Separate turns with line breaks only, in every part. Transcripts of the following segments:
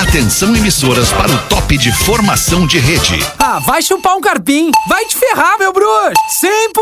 Atenção emissoras para o top de formação de rede.
Ah, vai chupar um carpim. Vai te ferrar, meu bruxo.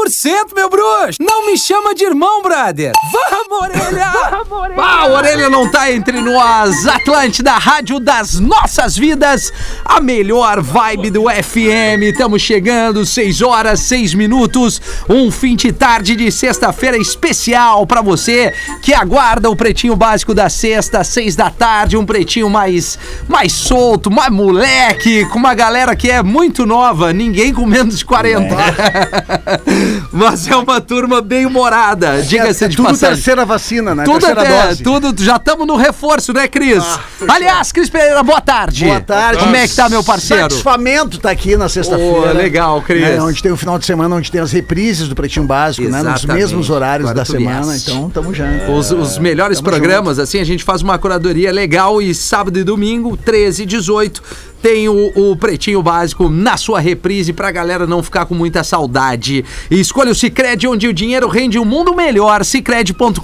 100% meu bruxo. Não me chama de irmão, brother. Vamos, orelha. Vamos, orelha.
Ah, orelha não tá entre nós. Atlântida, rádio das nossas vidas. A melhor vibe do FM. Estamos chegando, 6 horas, 6 minutos. Um fim de tarde de sexta-feira especial pra você que aguarda o pretinho básico da sexta, 6 da tarde. Um pretinho mais, mais solto, mais moleque, com uma galera que é muito nova, ninguém com menos de 40. Mas é uma turma bem humorada, diga-se
É
de
tudo
passagem.
terceira vacina, né?
Tudo
terceira
até,
dose. Ah,
tudo, já estamos no reforço, né, Cris? Aliás, Cris Pereira, boa tarde.
Boa tarde.
Como é que tá, meu parceiro?
Satisfamento tá aqui na sexta-feira.
Ô,
Né,
legal, Cris.
É, onde tem o final de semana, onde tem as reprises do Pretinho Básico, né? Nos
Exatamente.
mesmos horários
Agora
da
tu
semana.
viesse.
Então, tamo já.
Os, os melhores
Tamo
programas, assim, a gente faz uma curadoria legal e sábado e domingo, 13 e 18, tem o, o Pretinho Básico na sua reprise pra galera não ficar com muita saudade. E escolha o Cicred, onde o dinheiro rende um mundo melhor,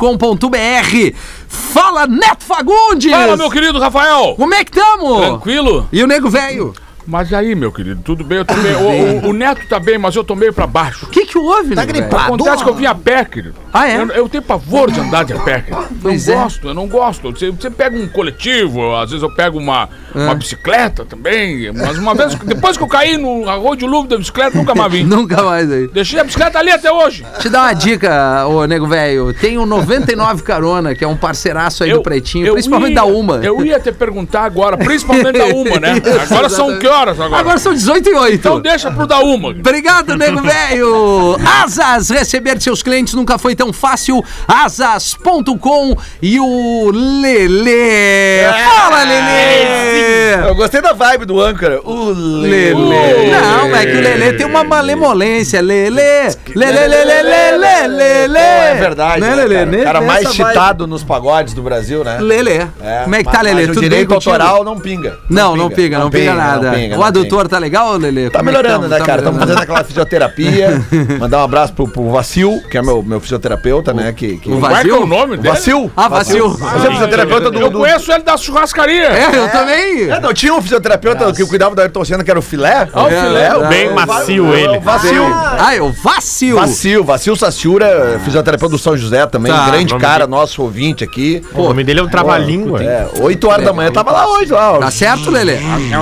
cicred.com.br. Fala, Neto Fagundes!
Fala, meu querido Rafael!
Como é que tamo?
Tranquilo?
E o Nego Velho?
Mas aí, meu querido, tudo bem? Eu tô meio- o, o- o Neto tá bem, mas eu tô meio pra baixo.
O que que houve,
Tá
Nego Velho?
gripado.
Acontece que eu vim a pé, querido.
Ah, é?
Eu, eu tenho pavor de andar de a pé, querido. Não
Pois é.
gosto, eu não gosto. Você, você pega um coletivo, às vezes eu pego
Ah.
uma, uma bicicleta também, mas uma vez, depois que eu caí no arroz de luva da bicicleta, nunca mais vim.
Nunca mais aí.
Deixei a bicicleta ali até hoje.
Te dar uma dica, ô nego velho. Tem um o 99 Carona, que é um parceiraço aí do Pretinho, principalmente
ia-
da Uma.
Eu ia te perguntar agora, principalmente da Uma, né? Agora são que horas agora?
Agora são 18 e 8.
Então deixa pro da Uma.
Obrigado, nego velho! Asas, receber de seus clientes nunca foi tão fácil. Asas.com e o Lelê. Fala, Lelê!
Eu gostei da vibe do Uh, âncora. O Lele.
Lelê. Não, é que o Lelê tem uma malemolência. Lelê, Lelê, Lelê, Lelê, Lelê.
É verdade.
Né,
né,
Lelê?
cara?
Ne-
O cara mais
nessa vibe.
citado nos pagodes do Brasil, né?
Lelê.
É,
Como é que tá,
mas-
Lelê?
mas o
Tudo bem
direito
contigo?
autoral não pinga.
Não, não pinga, não pinga nada.
não pinga,
o
não
adutor
pinga.
tá legal, Lelê?
Tá
Como é que
melhorando, né,
Tá
cara? Estamos
melhorando.
fazendo aquela fisioterapia. Mandar um abraço pro, pro Vacil, que é meu, meu fisioterapeuta, né? Que, que...
O
Qual é que é
vazio?
o nome dele?
Vacil?
Ah, Vacil.
Você é fisioterapeuta do...
Eu
do-
conheço ele da churrascaria.
É, eu também.
É, não, tinha um fisioterapeuta que cuidava da Ayrton que era o filé. Ah,
o Filé, o bem
macio ele.
Vacil.
Ah, eu vacil.
Vacil, Vacil Saciura, fisioterapeuta do São José também,
Tá.
grande
Nome
cara, nosso ouvinte aqui.
O nome dele é um trava-língua.
É, 8 horas da manhã, tava lá hoje, lá.
Tá
ó.
certo, Lelê?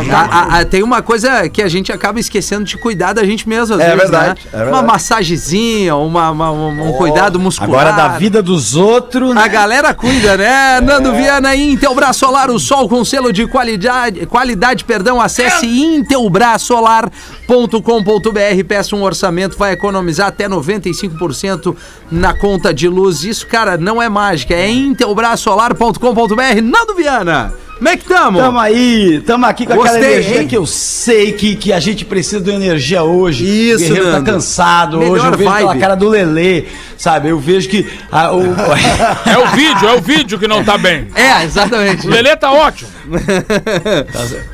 Tá, a- a- tem uma coisa que a gente acaba esquecendo de cuidar da gente mesmo, às
É
vezes,
verdade,
né?
é verdade.
Uma massagezinha, uma, uma- um um cuidado muscular.
Agora da vida dos outros.
A galera cuida, né? Nando Viana, Intelbras Solar, o sol com selo de qualidade, qualidade perdão, acesse intelbrasolar.com.br, peça um orçamento, vai economizar até 95% na conta de luz. Isso, cara, não é mágica, é intelbrasolar.com.br. Nando Viana, como é que tamo?
Tamo aí, tamo aqui com aquela
Gostei,
energia
hein?
que eu sei que, que a gente precisa de energia hoje.
Isso,
o Guerreiro
Nando.
tá cansado hoje,
Melhor
eu vejo pela
vibe.
cara do Lelê, sabe? Eu vejo que a- o-
É o vídeo, é o vídeo que não tá bem.
É, exatamente.
O Lelê tá ótimo.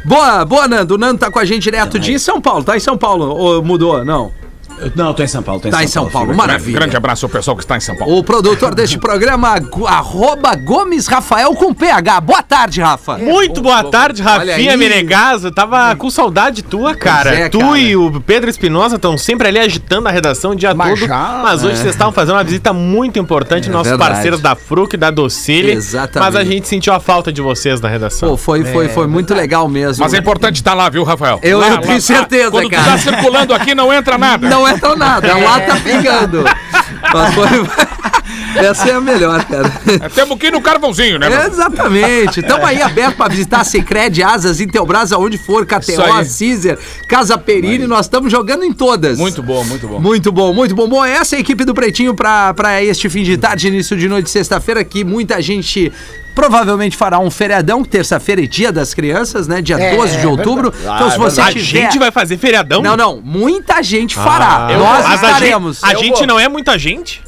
Boa, boa, Nando. O Nando tá com a gente direto de São Paulo. Tá em São Paulo ou mudou? Não.
Eu- Não, tô em São Paulo, tô em
Tá em
São Paulo.
São Paulo. Maravilha.
Grande abraço ao pessoal que está em São Paulo.
O produtor deste programa, go- arroba Gomes Rafael com PH. Boa tarde, Rafa.
Muito boa tarde,
Olha aí. Hum.
Rafinha Menegas. Eu tava com saudade tua, cara.
é,
tu
cara.
e o Pedro Espinosa estão sempre ali agitando a redação o dia
Mas
todo.
já,
mas hoje vocês estavam fazendo uma visita muito importante, nossos
né? É verdade.
parceiros da Fruc, da Docile.
Exatamente.
Mas a gente sentiu a falta de vocês na redação.
Pô, foi, foi, foi muito legal mesmo.
Mas é importante estar lá, viu, Rafael?
Eu-
Lá,
eu
lá,
tenho
lá.
certeza,
Quando
cara.
tu tá circulando aqui, não entra nada.
Não é tão nada, lá tá pingando. Mas foi- Essa é a melhor, cara.
É Temos que ir no carvãozinho, né?
É, Exatamente. Estamos
É.
aí aberto para visitar Secred, Asas, Intelbras, aonde for,
Isso
KTO,
aí.
Caesar, Casa Perini, nós estamos jogando em todas.
Muito bom, muito bom.
Muito bom, muito bom. Bom, essa é a equipe do Pretinho para este fim de tarde, início de noite, sexta-feira, que muita gente provavelmente fará um feriadão, terça-feira é dia das crianças, né? Dia 12 de outubro. então, se você
a
tiver...
gente vai fazer feriadão?
Não, não, muita gente fará.
Eu- mas
Nós
a gente-
estaremos.
A gente, não é muita gente?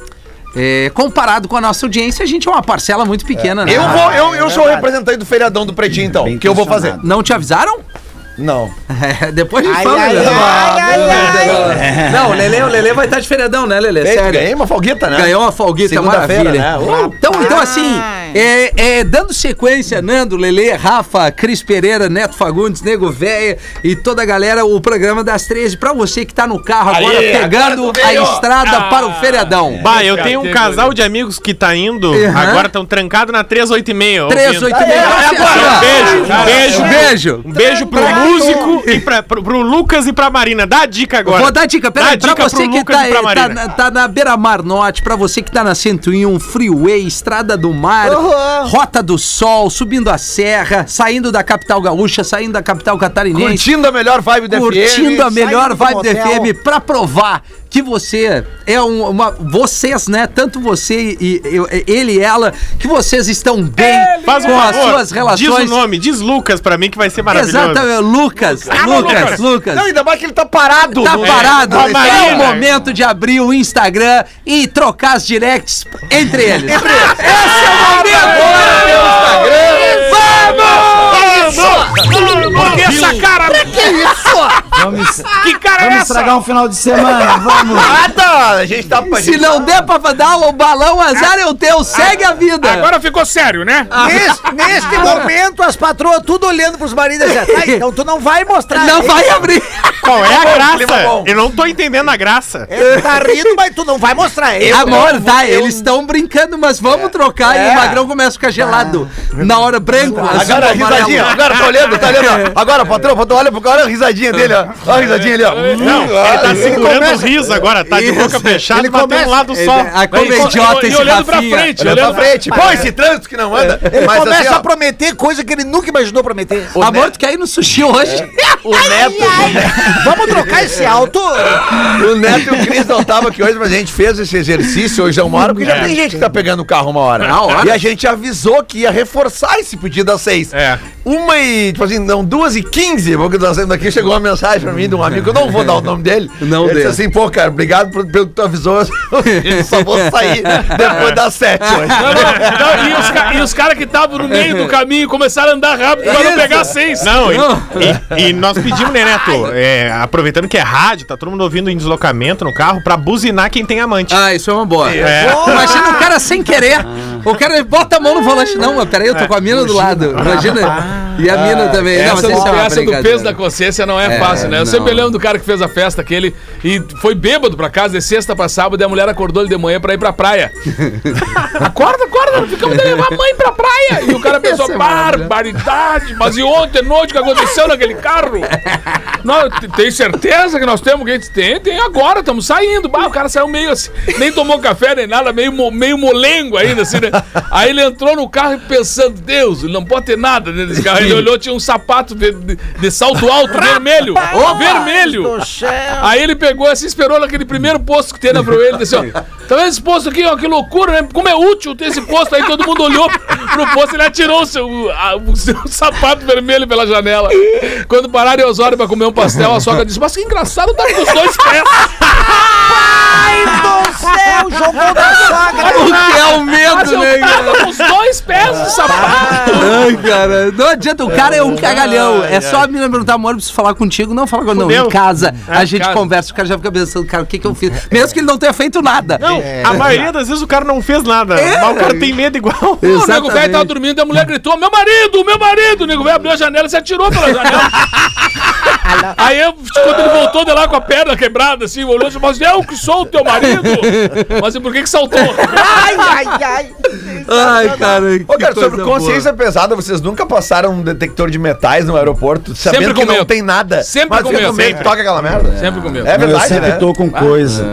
É, comparado com a nossa audiência, a gente é uma parcela muito pequena, né?
Eu vou, eu, eu sou o representante do feriadão do Pretinho, então. O que eu vou fazer?
Não te avisaram?
Não.
É, depois a gente
Ai,
fala.
ai,
né?
ai, ai, ai.
Não, o Lelê, o Lelê vai estar de feriadão, né, Lelê?
Ei, tu
Sério.
Ganhei uma folgueta, né?
Ganhou uma folguita,
Segunda-feira, né?
maravilha.
Uh!
Então, então, assim, é, é, dando sequência, Nando, Lele, Rafa, Cris Pereira, Neto Fagundes, Nego Véia e toda a galera, o programa das 13, pra você que tá no carro agora,
Aí,
pegando
agora tu
a
veio.
estrada
Ah.
para o feriadão.
Bah, eu tenho um
Categoria.
casal de amigos que tá indo,
Aham.
agora estão trancados na 386. ouvindo. Um beijo,
386.
um beijo,
Um beijo.
Um beijo pro músico e pra, pro, pro Lucas e pra Marina. Dá a dica agora.
Vou dar dica, peraí,
Dá
pra
dica
você
pro
que
Lucas
tá,
e pra
tá,
Marina.
na, tá na beira-mar norte, pra você que tá na 101, Freeway, Estrada do Mar,
Uhum.
Rota do Sol, subindo a serra, saindo da capital gaúcha, saindo da capital catarinense,
Curtindo a melhor vibe da
curtindo a
FM.
melhor
do
vibe do
motel.
FM pra provar que você é um- uma. Vocês, né? Tanto você e, e- ele e ela, que vocês estão bem
Faz um
com as
favor,
suas relações.
Diz o nome, diz Lucas pra mim que vai ser maravilhoso.
Exatamente, Lucas, Lucas, Lucas.
Não, ainda mais que ele tá parado.
Tá
no-
parado.
Tá
É
parado.
o momento de abrir o Instagram e trocar as directs entre eles. Esse é o momento!
Porque essa cara.
Vamos,
Que cara é
vamos
essa?
estragar um final de semana, vamos.
Ah, tá. A gente tá...
Se não der pra dar o balão, azar é o teu, segue a vida!
Agora ficou sério, né?
Ah.
Neste, neste momento, as patroas tudo olhando pros maridos já. Tá, então tu não vai
é
mostrar.
não
Ele
vai abrir!
Qual é a graça?
clima bom.
Eu não tô entendendo a graça.
Tá rindo, mas tu não vai mostrar. Eu
Amor, tá, eles estão brincando, mas vamos trocar e o magrão começa a ficar gelado. Na hora, branco, azul,
Agora a
amarelo.
risadinha, agora tá olhando, tá olhando. ó. Agora, patrão, patrão, olha pro cara, olha a risadinha dele, ó. Olha a risadinha ali, ó.
Não, ele tá segurando o
assim, começa-
riso agora, tá de boca fechada,
Ele
mas tem um
começa-
lado só.
é A
E-
comediota
e
esse
olhando pra
Rafinha. é
frente,
Olha pra
olhando pra frente.
frente. Pô, esse trânsito que não anda.
É.
Ele
Mas
começa
assim, ó,
a prometer coisa que ele nunca imaginou prometer.
Amor, tu quer ir no sushi hoje?
o Neto,
Vamos trocar esse alto?
o Neto e o Cris não estavam aqui hoje, mas a gente fez esse exercício hoje é uma hora, porque já tem gente que tá pegando o carro uma hora.
Na hora.
E a gente avisou que ia reforçar esse pedido às seis.
É.
Uma e, tipo assim, não, duas e quinze, porque nós saindo aqui, chegou uma mensagem pra mim de um amigo, eu não vou dar o nome dele.
Não
Ele
dê.
disse assim, pô, cara, obrigado por- pelo que tu avisou, eu só vou sair depois das sete
Não,
hoje.
não, não, e os, ca- e os caras que estavam no meio do caminho começaram a andar rápido pra não pegar seis.
Não, e, e- e nós pedimos, né, Neto? é, aproveitando que é rádio, tá todo mundo ouvindo em deslocamento no carro, pra buzinar quem tem amante.
Ah, isso é uma boa.
É.
Pô, Imagina o cara sem querer. O cara bota a mão no volante. Não, mas peraí, eu tô com a mina do lado. Imagina. E a mina também. Não, mas
Essa,
isso
do,
é uma
essa do peso da
brincadeira.
consciência não é,
É,
fácil, né? Eu
não.
sempre lembro do cara que fez a festa aquele e foi bêbado pra casa de sexta pra sábado e a mulher acordou ele de manhã pra ir pra praia. acorda, acorda, ficamos de levar a mãe pra praia. E o cara pensou,
Essa é maravilhosa.
barbaridade, mas e ontem à noite o que aconteceu naquele carro? Não, t- tem certeza que nós temos que a gente tem? Tem agora, estamos saindo. Bah, o cara saiu meio assim, nem tomou café nem nada, meio, mo- meio molengo ainda, assim, né? Aí ele entrou no carro e pensando, Deus, não pode ter nada dentro desse carro. Ele olhou, tinha um sapato de, de- de salto alto, vermelho. Ô, vermelho! Aí ele pegou assim, esperou naquele primeiro posto que tem na Broeira e disse, ó, tá vendo esse posto aqui, ó, que loucura, né? Como é útil ter esse posto. Aí todo mundo olhou pro posto, ele atirou o seu, a- o seu sapato vermelho pela janela. Quando pararam em Osório pra comer um pastel, a sogra disse, mas que engraçado, tá com os dois pés.
Do céu, jogou da sogra.
O que é o
Mas
medo,
eu
né, cara?
tava tá com os dois pés de sapato.
Ai, cara. Não adianta, o cara é um cagalhão. É só a mina perguntar, amor, eu preciso falar contigo. Não, fala comigo, não. Em
Fudeu. É,
casa, a gente
casa.
conversa. O cara já fica pensando, cara, o que que eu fiz? Mesmo que ele não tenha feito nada.
Não,
É.
a maioria das vezes o cara não fez nada, mas o cara tem medo igual.
O nego velho tava dormindo, a mulher gritou: Meu marido, meu marido! O nego velho abriu a janela e se atirou pela janela. Aí, eu- quando ele voltou de lá com a perna quebrada, assim, olhou e disse: Mas eu que sou o teu marido! Mas e por que que saltou?
Ai, ai, ai.
Ai, cara.
Ô, cara,
que
sobre
coisa
consciência pesada, vocês nunca passaram um detector de metais no aeroporto, sabendo
Sempre com
que não
medo.
tem nada.
Sempre
mas
com
fica
medo,
com medo,
sempre.
que toca aquela merda.
Sempre com medo.
É
Eu
verdade,
sempre
né?
tô com coisa.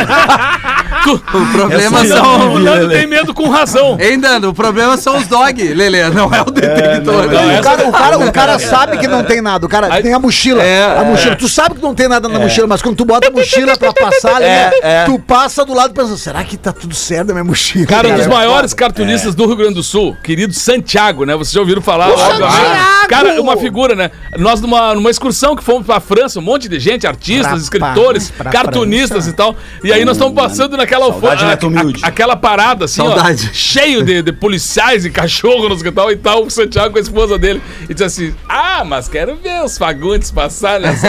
boa. O problema
Não, o
são.
Nando tem medo com razão.
Hein, Dando? O problema são os dog, Lelê. Não é o detector.
não, é
O
essa-
cara, o cara- o cara sabe que não tem nada. O cara tem a mochila.
É,
a mochila. Tu sabe que não tem nada na mochila, mas quando tu bota a mochila pra passar, né,
é.
tu passa do lado pensando, será que tá tudo certo na minha mochila?
Cara, um dos maiores cartunistas do Rio Grande do Sul, querido Santiago, né? Vocês já ouviram falar? obviamente.
Santiago!
Cara, uma figura, né? Nós numa, numa excursão que fomos pra França, um monte de gente, artistas,
Pra
escritores,
França, pra
cartunistas
França.
e tal. E aí nós estamos passando naquela aquela
Saudade,
alfo-
Neto Humilde.
a- aquela parada assim,
Saudade.
ó, cheio de, de policiais e cachorro no hospital e tal, o Santiago com a esposa dele. E disse assim: Ah, mas quero ver os fagundes passar nessa,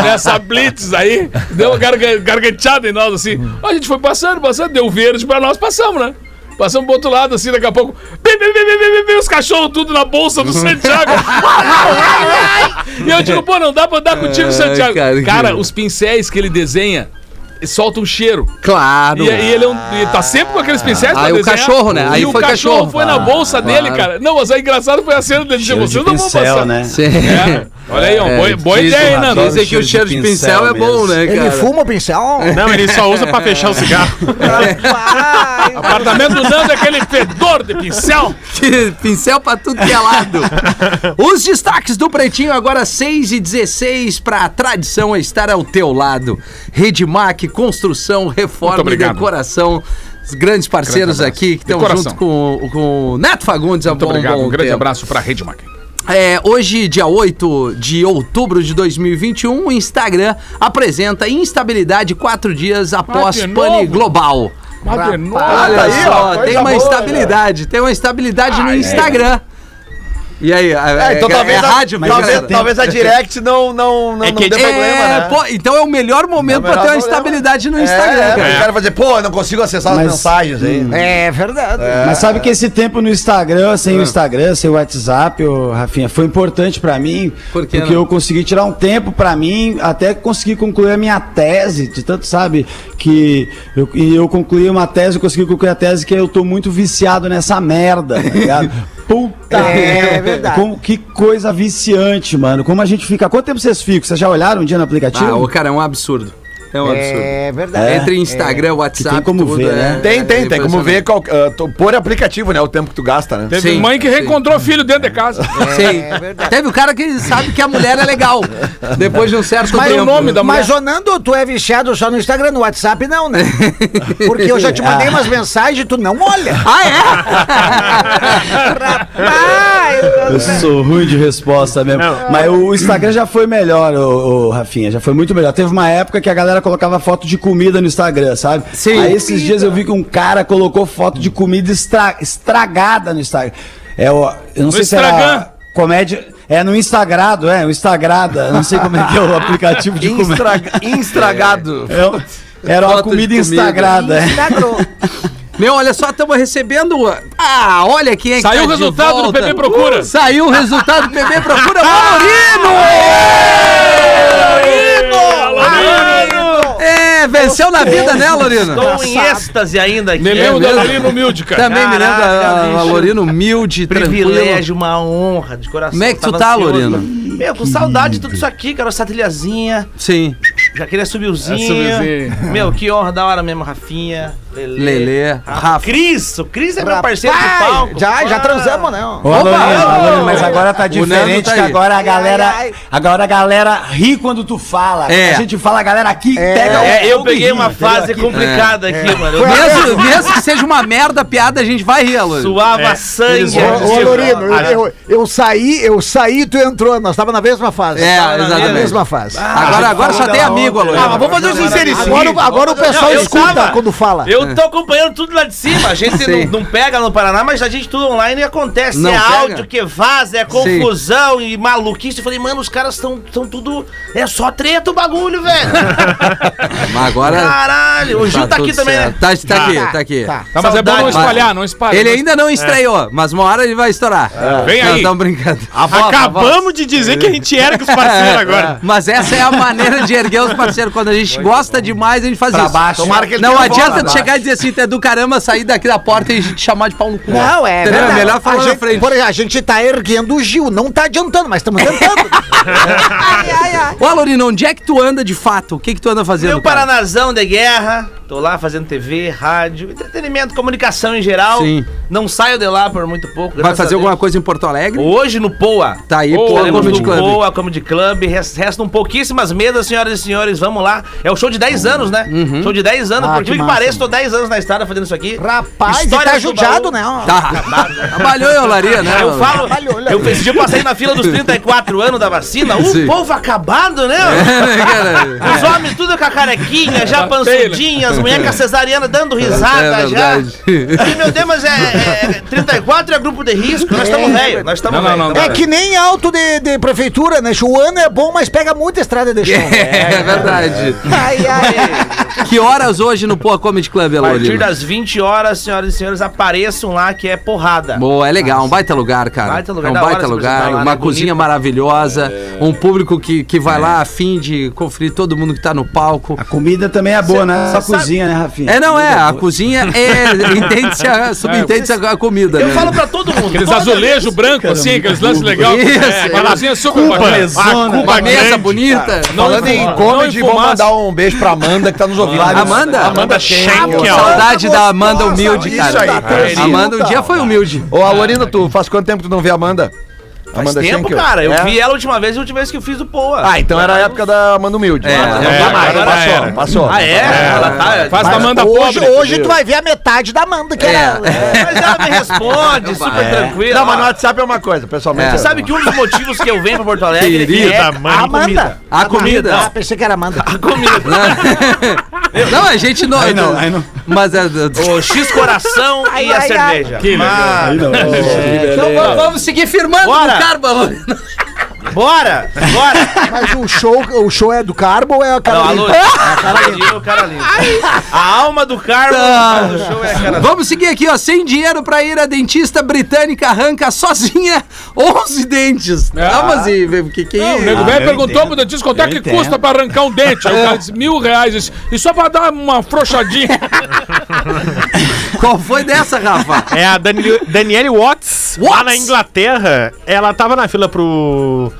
nessa blitz aí. Deu uma garga- garganteada em nós assim.
Hum.
A gente foi passando, passando, deu verde pra nós, passamos, né? Passamos pro outro lado, assim, daqui a pouco. Bim, bim, bim, bim, bim, bim, bim, os cachorros tudo na bolsa do Santiago. e eu digo, pô, não dá pra andar contigo, Santiago.
cara,
Cara,
que-
os pincéis que ele desenha soltam um cheiro.
Claro.
E, e ele é um, e tá sempre com aqueles pincéis pra
Aí Ah. o cachorro, né?
E
Aí
o
foi
cachorro,
cachorro.
foi na
Claro,
bolsa dele,
claro.
cara. Não, mas aí engraçado foi a cena dele dizer, vocês não vão
pincel,
passar.
né?
Sim. É,
É, olha aí, ó, boa, boa
diz
ideia,
o
hein, Nando?
Adoro
Dizem que o cheiro de pincel, é bom, né,
Ele
cara?
fuma o
"Ah,
pincel?
Não, ele só usa pra fechar o cigarro.
Rapaz,
O apartamento do Nando é aquele fedor de pincel.
Que Pincel pra tudo que é lado. Os destaques do Pretinho agora 6 e 16 para a tradição é estar ao teu lado. Redmac, construção, reforma e
obrigado.
decoração. Os grandes parceiros aqui que estão
Decoração.
junto com, com o Neto Fagundes há
Muito
bom,
obrigado,
bom
um grande
tempo.
abraço pra Rede Mac.
É, hoje, dia 8 de outubro de 2021, o Instagram apresenta instabilidade quatro dias após
de novo?
pane global.
Mas de novo,
Olha
tá aí, ó,
só,
coisa
tem uma
boa,
estabilidade, tem uma estabilidade no Instagram. E aí, é,
É, então
é-
talvez,
é
a,
rádio, mas
talvez,
é-
talvez a direct não, não, não,
É
não
que-
dê problema,
é,
né?
pô, então é o melhor momento pra
melhor
ter uma
problema.
estabilidade no
É,
Instagram,
é,
cara.
O cara vai dizer, pô, eu não consigo acessar
Mas-
as mensagens aí.
Hum.
É verdade.
Mas sabe que esse tempo no Instagram,
Ah.
sem o Instagram, sem o WhatsApp, ô, Rafinha, foi importante pra mim.
Por né? que
porque
não?
eu consegui tirar um tempo pra mim, até conseguir concluir a minha tese. De tanto, sabe, que eu, e eu concluí uma tese, eu consegui concluir a tese que eu tô muito viciado nessa merda, tá ligado? Puta
É
merda.
verdade.
Como, que coisa viciante, mano. Como a gente fica. Quanto tempo vocês ficam? Vocês já olharam um dia no aplicativo?
Ah, ô, cara, é um absurdo. É um absurdo.
É verdade.
Entre Instagram, WhatsApp, É
tem como ver, né?
é. Tem, tem,
É,
tem como ver
impressionante.
qual, ah, tu- por aplicativo, né? O tempo que tu gasta, né?
Teve
Sim,
mãe que
sim.
reencontrou o filho dentro de casa.
É,
Sim. Teve o cara que sabe que a mulher é legal. Depois de um certo
Mas
tempo.
o nome da Mas, ô Nando, tu é viciado só no Instagram, no WhatsApp não, né? Porque eu já te mandei umas mensagens e tu não olha.
é?
Ah, é?
Eu sou ruim de resposta mesmo. Mas o Instagram já foi melhor, ô, ô, Rafinha. Já foi muito melhor. Teve uma época que a galera colocava foto de comida no Instagram, sabe?
Sim.
Aí esses dias eu vi que um cara colocou foto de comida estra- estragada no Instagram. É, o, eu não sei se
Instagram.
era comédia. É no Instagrado, é, o Instagrada. Não sei como é que é o aplicativo de comida.
Instagado.
É o- Era uma
Foto de
comida
comida.
Instagrada. é.
Instagram.
Meu, olha só, estamos recebendo. Ah, olha quem é que
Saiu o
tá de
resultado do
volta. Uh,
PB Procura.
Saiu o resultado do PB Procura
Ah!
Valorino! Valorino! É, venceu na vida, né, Lorino? É
Estou em êxtase ainda aqui. é
Me lembro da
mesmo?
Dalina Humilde, cara.
Também me lembro
Caraca,
da
bicho.
Lorino humilde, tranquilo.
um Privilégio, uma honra de coração.
Como é que tu
Tava
tá,
ansioso.
Lorino?
Meu, com saudade de tudo isso aqui, cara. Essa trilhazinha.
Sim,
Já queria
É,
subirzinho.
subirzinho.
Meu, que honra da hora mesmo, Rafinha. Lele.
Lelê, Rafa.
Cris, o Cris é meu parceiro de
Pai,
palco.
já, já
Ah,
transamos, né?
Ô, Alorino, Alorino, mas agora tá
Nando
diferente,
tá
que
aí.
agora a galera.
ai, ai.
Agora a galera ri quando tu fala.
É.
A gente fala, a galera aqui pega
É, eu
todo
peguei
rio,
uma
entendeu?
fase
Aqui.
É.
complicada aqui, mano. Eu
Mesmo, mesmo que seja uma merda a piada, a gente vai rir, Lorino.
suava
É.
sangue.
Ô,
aqui,
ô
mano.
Lorino, eu,
Ah,
eu, eu saí, eu saí, tu entrou. Nós tava na mesma fase.
É,
Tava Na
exatamente.
mesma fase.
Agora, agora só tem amigo, Lorino.
Ah, mas vamos fazer um sincericídio.
Agora, o- agora o pessoal
Não, eu
escuta
tava-
quando fala.
Eu tô acompanhando tudo lá de cima. A gente
Sim.
não, não pega no Paraná, mas a gente tudo online e acontece.
Não
é
pega?
áudio que vaza, é confusão e maluquice. Eu falei, mano, os caras estão tão tudo. É só treta o bagulho, velho.
Mas agora. tá
Caralho. O Gil tá aqui
tudo
também,
certo.
né?
Tá, tá aqui, tá aqui.
Tá, mas é bom não espalhar, não espalhar.
Ele é ainda não estreou, mas uma hora ele vai estourar.
Vem
não,
aí.
tão brincando.
Acabamos de dizer que a gente era com os parceiros agora.
Mas essa é a maneira de erguer os parceiros. Quando a gente gosta demais, a gente faz isso.
baixo. Tomara que ele
não
tenha
adianta
bola,
tu
baixo.
chegar e dizer assim, tu é do caramba, sair daqui da porta e te chamar de pau no cu.
Não, é.
Entendeu?
verdade.
melhor falar
a
na
gente,
frente.
Por exemplo, a gente tá erguendo o Gil. Não tá adiantando, mas estamos tentando. ai, ai, ai.
Ô, Lorino, onde é que tu anda de fato? O que que tu anda fazendo,
Meu
cara?
Paranazão de guerra. Tô lá fazendo TV, rádio, entretenimento, comunicação em geral.
Sim.
Não saio de lá por muito pouco.
Vai
graças
fazer
a
alguma
Deus.
coisa em Porto Alegre?
Hoje no POA.
Tá aí, pô,
Estaremos
Comedy
no
Club.
Boa Comedy Club. Res- Restam pouquíssimas mesas, senhoras e senhores. Vamos lá. É o show de 10 anos, né?
Uhum.
Show de 10 anos.
Ah,
Por
que
que, que
massa,
pareça, tô 10 anos na estrada fazendo isso aqui.
Rapaz, ele
Histórias
tá
do
judiado,
baú.
né? ó.
Tá. Trabalhou em olaria, né?
Eu falo, eu esse dia eu passei na fila dos 34 anos da vacina, o
Sim.
povo acabado, né?
É, né, cara?
Os homens tudo com a carequinha, já
Bateira.
pançudinhas, as mulheres com a cesariana dando
É
risada já. E, meu Deus, mas é, é- 34 é grupo de risco, nós estamos velhos, nós estamos velhos. tamo
É
velho.
que nem alto de, de prefeitura, né? O ano é bom, mas pega muita estrada de chão.
É verdade.
Ai, ai.
Que horas hoje no Poa Comedy Club,
A partir
Elolino?
das 20 horas, senhoras e senhores, apareçam lá que é porrada.
Boa, é legal, um baita lugar, cara.
Baita lugar,
é um
da hora
baita
se
lugar,
apresentar lá,
uma
né?
cozinha maravilhosa,
É.
um público que, que vai lá a fim de conferir todo mundo que tá no palco. A
comida também é boa, né?
Cê
Só
sabe-
cozinha, né, Rafinha?
É, não é, a cozinha é, entende-se a, subentende-se a comida,
Eu
né?
falo
pra todo mundo.
Aqueles azulejos brancos, assim, aqueles lances legais.
Isso,
É, aquela
é. né?
cozinha super
Cuba,
bacana. Ah, é
lesona, uma mesa bonita. Não
Falando em
enfuma-
comedy,
não
vamos
enfumaça.
mandar um beijo pra Amanda que tá nos ouvindo.
Amanda?
Amanda Schenkel.
é
Saudade da Amanda humilde,
Isso
cara.
aí,
A Amanda um dia foi humilde.
Ô, Alorina, tu faz quanto tempo que tu não vê a Amanda?
Faz
assim
tempo, cara. Eu vi ela a última vez e a última vez que eu fiz o Poa.
É. Ah, então era a época da Amanda Humilde.
É,
Não
é,
dá mais,
agora
passou,
era.
passou.
Ah, é? Ela tá- Faz
Mas
da Amanda
Hoje,
pobre,
hoje
entendeu?
tu vai ver a metade da Amanda, que era.
Mas ela me responde, super
É.
tranquila.
Não, mas no WhatsApp é uma coisa, pessoalmente.
Você sabe que um dos motivos que eu venho pra Porto Alegre
Querida
é
mãe.
a
Amanda.
comida.
A comida.
Ah, pensei que era Amanda.
A comida.
Não, a gente não.
Aí não,
aí não. Mas é.
O X coração e
Ai,
a
ai, ai.
cerveja.
Que legal.
Mas-
Aí não. Então vamos- vamos seguir firmando
Bora.
no carbo.
Bora! Bora!
Mas o show, o show é do Carbo ou é a
Não,
cara
alô,
limpa?
é o cara lindo. A alma do Carmo
Tá.
do show é a cara
Vamos seguir aqui, ó. Sem dinheiro pra ir, a dentista britânica arranca sozinha 11 dentes. Ah, mas e, o que, que é
O
isso?
nego velho perguntou pro dentista quanto é que custa pra arrancar um dente. Aí o cara disse mil reais. Disse, E só pra dar uma afrouxadinha.
Qual foi dessa, Rafa?
É a Daniele, Daniele Watts, lá
Watts?
na Inglaterra. Ela tava na fila pro.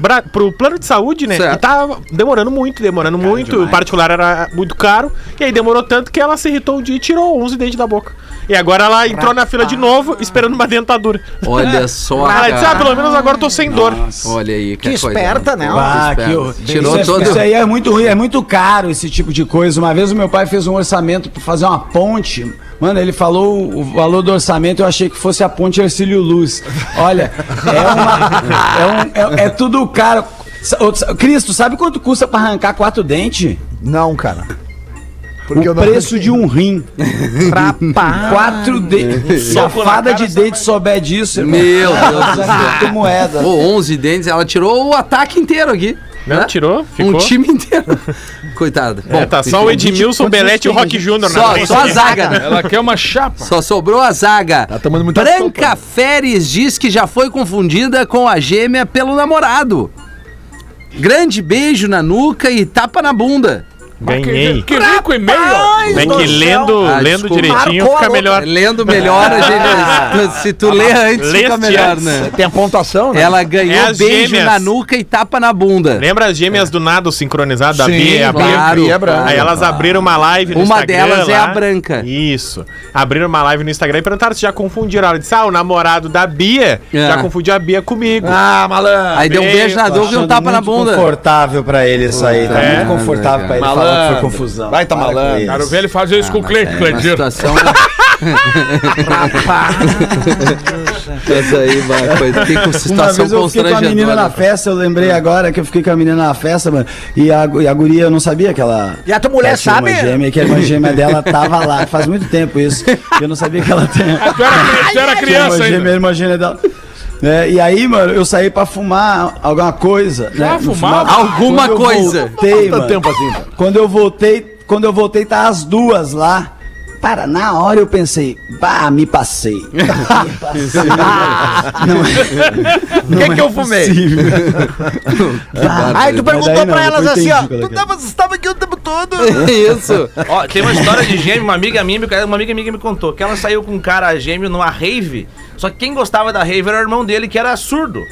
bra- pro plano de saúde, né?
Certo.
E tava demorando muito, demorando muito. O particular era muito caro. E aí demorou tanto que ela se irritou um dia e tirou 11 dentes da boca. E agora ela entrou na fila de novo, esperando uma dentadura.
Olha só,
Ela disse, ah,
cara.
pelo menos agora eu tô sem dor.
Olha aí,
Que esperta, né?
Ah,
Que
que
esperto.
horror.
Tirou
isso, é-
todo-
isso aí é muito ruim, é muito caro esse tipo de coisa. Uma vez o meu pai fez um orçamento pra fazer uma ponte. Mano, ele falou o valor do orçamento, eu achei que fosse a ponte Ercílio Luz. Olha, é, uma- é um- é- é tudo caro. Sa- ô, sa- Cristo, sabe quanto custa pra arrancar quatro dentes?
Não, cara.
o preço de um rim.
pra pá.
Quatro dentes. Se a
Um Soco na
fada de dente souber disso, irmão,
Meu Deus do
arrancou
céu.
moeda.
Pô, 11 dentes, ela tirou o ataque inteiro aqui.
Não, tirou,
Um
ficou.
time inteiro. Coitado.
É, tá só o Edmilson Belete e o Rock Júnior na
Só,
frente.
só a zaga. né?
Ela quer uma chapa.
Só sobrou a zaga. Tá
tomando muita né?
Branca Feres diz que já foi confundida com a gêmea pelo namorado. Grande beijo na nuca e tapa na bunda.
Ganhei.
Que rico e-mail.
Bem que lendo,
Ah,
lendo
desculpa.
direitinho
Marcou a
fica
outra.
melhor.
É Lendo melhor, a gente, se tu ler antes, fica
Tá Leste
melhor,
antes.
né?
Tem a pontuação, né?
Ela ganhou
É as
beijo
gêmeas.
na nuca e tapa na bunda.
Lembra as gêmeas do nada, o sincronizado, a
Sim,
Bia e a
claro,
Bianca?
claro.
Aí elas abriram uma live no
Uma
Instagram.
delas é a
lá.
branca.
Isso. Abriram uma live no Instagram e perguntaram se já confundiram. Ela disse, ah, o namorado da Bia
É.
já confundiu a Bia comigo.
Ah,
Tá
malandro.
Aí deu um beijo na nuca e um
Achando
tapa na
muito
bunda.
confortável pra ele isso aí. Tá
É.
muito confortável pra ele falar que foi confusão.
Vai, tá
Para com
malandro.
isso.
Cara, o velho fazer isso com
É
o Cleiton.
uma
Cleiton.
situação... Essa aí, vai, coisa. Que com-
Uma
situação
vez eu fiquei com a menina na
constrangedora.
festa, eu lembrei agora que eu fiquei com a menina na festa, mano. E a, gu- e a guria, eu não sabia que ela.
E a tua mulher
ela tinha
sabe?
Uma gêmea, que a irmã gêmea dela tava lá. Faz muito tempo isso. Eu não sabia que ela tinha.
Tu era, tu era criança
Tinha uma
ainda.
gêmea, irmã gêmea dela. É, e aí, mano, eu saí pra fumar alguma coisa.
Já
Não
fumava?
Alguma
Quando eu
coisa.
Voltei, mano.
tempo assim, cara.
Quando eu voltei, quando eu voltei, tá as duas lá. Para, na hora eu pensei, bah, me passei. Me passei. Ah, não
O que é que eu fumei?
Aí tu perguntou pra elas assim, ó.
Tu
Tu tava, estava aqui o tempo todo.
Isso.
Ó, tem uma história de gêmeo, uma amiga minha, me- uma amiga minha me contou que ela saiu com um cara gêmeo numa rave. Só que quem gostava da rave era o irmão dele, que era surdo.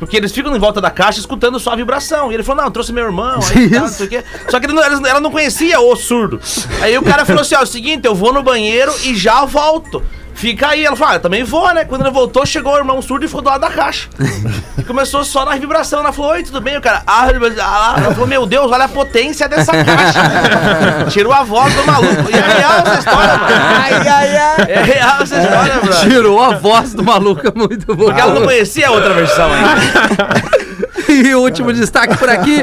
Porque eles ficam em volta da caixa escutando só a vibração. E ele falou: Não, eu trouxe meu irmão, aí tal, não sei o quê. Só que ele não- eles- ela não conhecia o surdo. Aí o cara falou assim: Ó, é o seguinte, eu vou no banheiro e já volto. Fica aí. Ela falou: ah, eu também vou, né? Quando ele voltou, chegou o irmão surdo e ficou do lado da caixa. E começou só na vibração. Ela falou: Oi, tudo bem? O cara, ah, ah, ah. ela falou: Meu Deus, olha a potência dessa caixa. Tirou a voz do maluco. E é real essa história, mano.
Ai, ai, ai.
É real essa história, mano.
Tirou a voz do maluco, é muito bom.
Ah,
Porque ela não conhecia a outra versão ainda.
E o último destaque por aqui: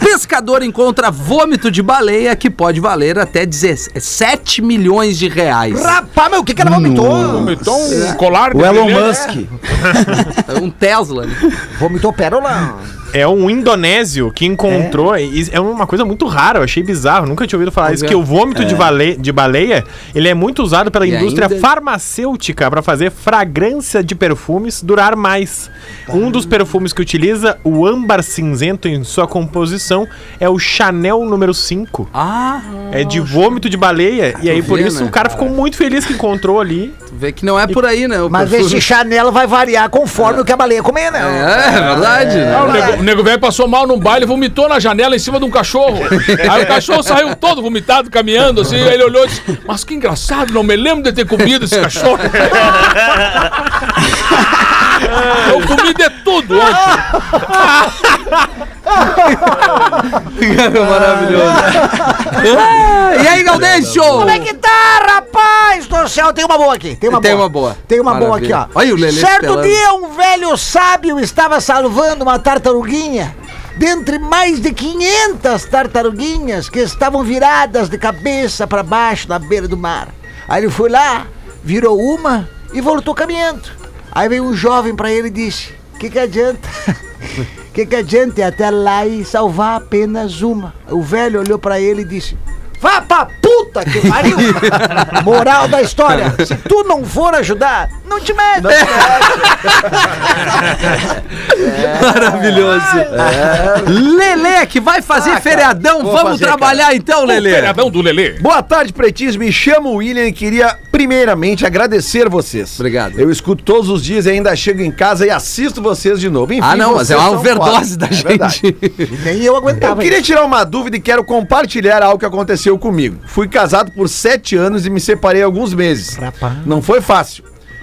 pescador encontra vômito de baleia que pode valer até 17 milhões de reais.
Rapaz, meu, o que que ela vomitou?
Então,
Vomitou um colar
O Elon
É.
bebê,
Musk.
né?
um Tesla. né?
Vomitou pérola.
É um indonésio que encontrou. e É, uma coisa muito rara, eu achei bizarro. Nunca tinha ouvido falar
Pois
isso.
é.
Que o vômito de,
É.
baleia, de baleia ele é muito usado pela
E
indústria
ainda-
farmacêutica para fazer fragrância de perfumes durar mais.
Tá.
Um dos perfumes que utiliza o âmbar cinzento em sua composição é o Chanel número 5.
Ah,
É de vômito de baleia. E aí,
Tu
por
vê,
isso,
né?
o cara ficou muito feliz que encontrou ali.
tu vê que não é por aí, né? o
Mas
perfume.
esse Chanel vai variar conforme o que a baleia comer, né?
É, é verdade. né?
Ah, o, nego, o nego velho passou mal num baile, vomitou na janela em cima de um cachorro. Aí o cachorro saiu todo vomitado, caminhando assim. Aí ele olhou e disse: Mas que engraçado, não me lembro de ter comido esse cachorro. Eu comi de tudo ontem.
É Ah, e aí, Gaudêncio?
Como é que tá, rapaz do céu? Tem uma boa aqui. Tem uma
Tem
boa.
uma boa.
Tem uma boa aqui,
Maravilha.
ó.
Olha o Lelê
Certo
pelando.
dia, um velho sábio estava salvando uma tartaruguinha. Dentre mais de 500 tartaruguinhas que estavam viradas de cabeça para baixo na beira do mar. Aí ele foi lá, virou uma e voltou caminhando. Aí veio um jovem para ele e disse: Que que adianta? Que que adianta ir até lá e salvar apenas uma? O velho olhou para ele e disse: Vá pra puta que pariu! Moral da história: se tu não for ajudar, não te mete!
Maravilhoso. Lele, que vai fazer feriadão.
vou
Vamos
fazer,
trabalhar então, Lele.
um Feriadão do Lelê.
Boa tarde, pretinhos. Me chamo William e queria primeiramente agradecer vocês.
Obrigado.
Eu escuto todos os dias e ainda chego em casa e assisto vocês de novo. Enfim,
Ah, não, mas é
vocês
uma
são
overdose
foda.
da
É verdade.
gente.
Nem eu
Eu
aguentava.
queria tirar uma dúvida e quero compartilhar algo que aconteceu comigo. Fui casado por sete anos e me separei há alguns meses.
Rapaz.
Não foi fácil.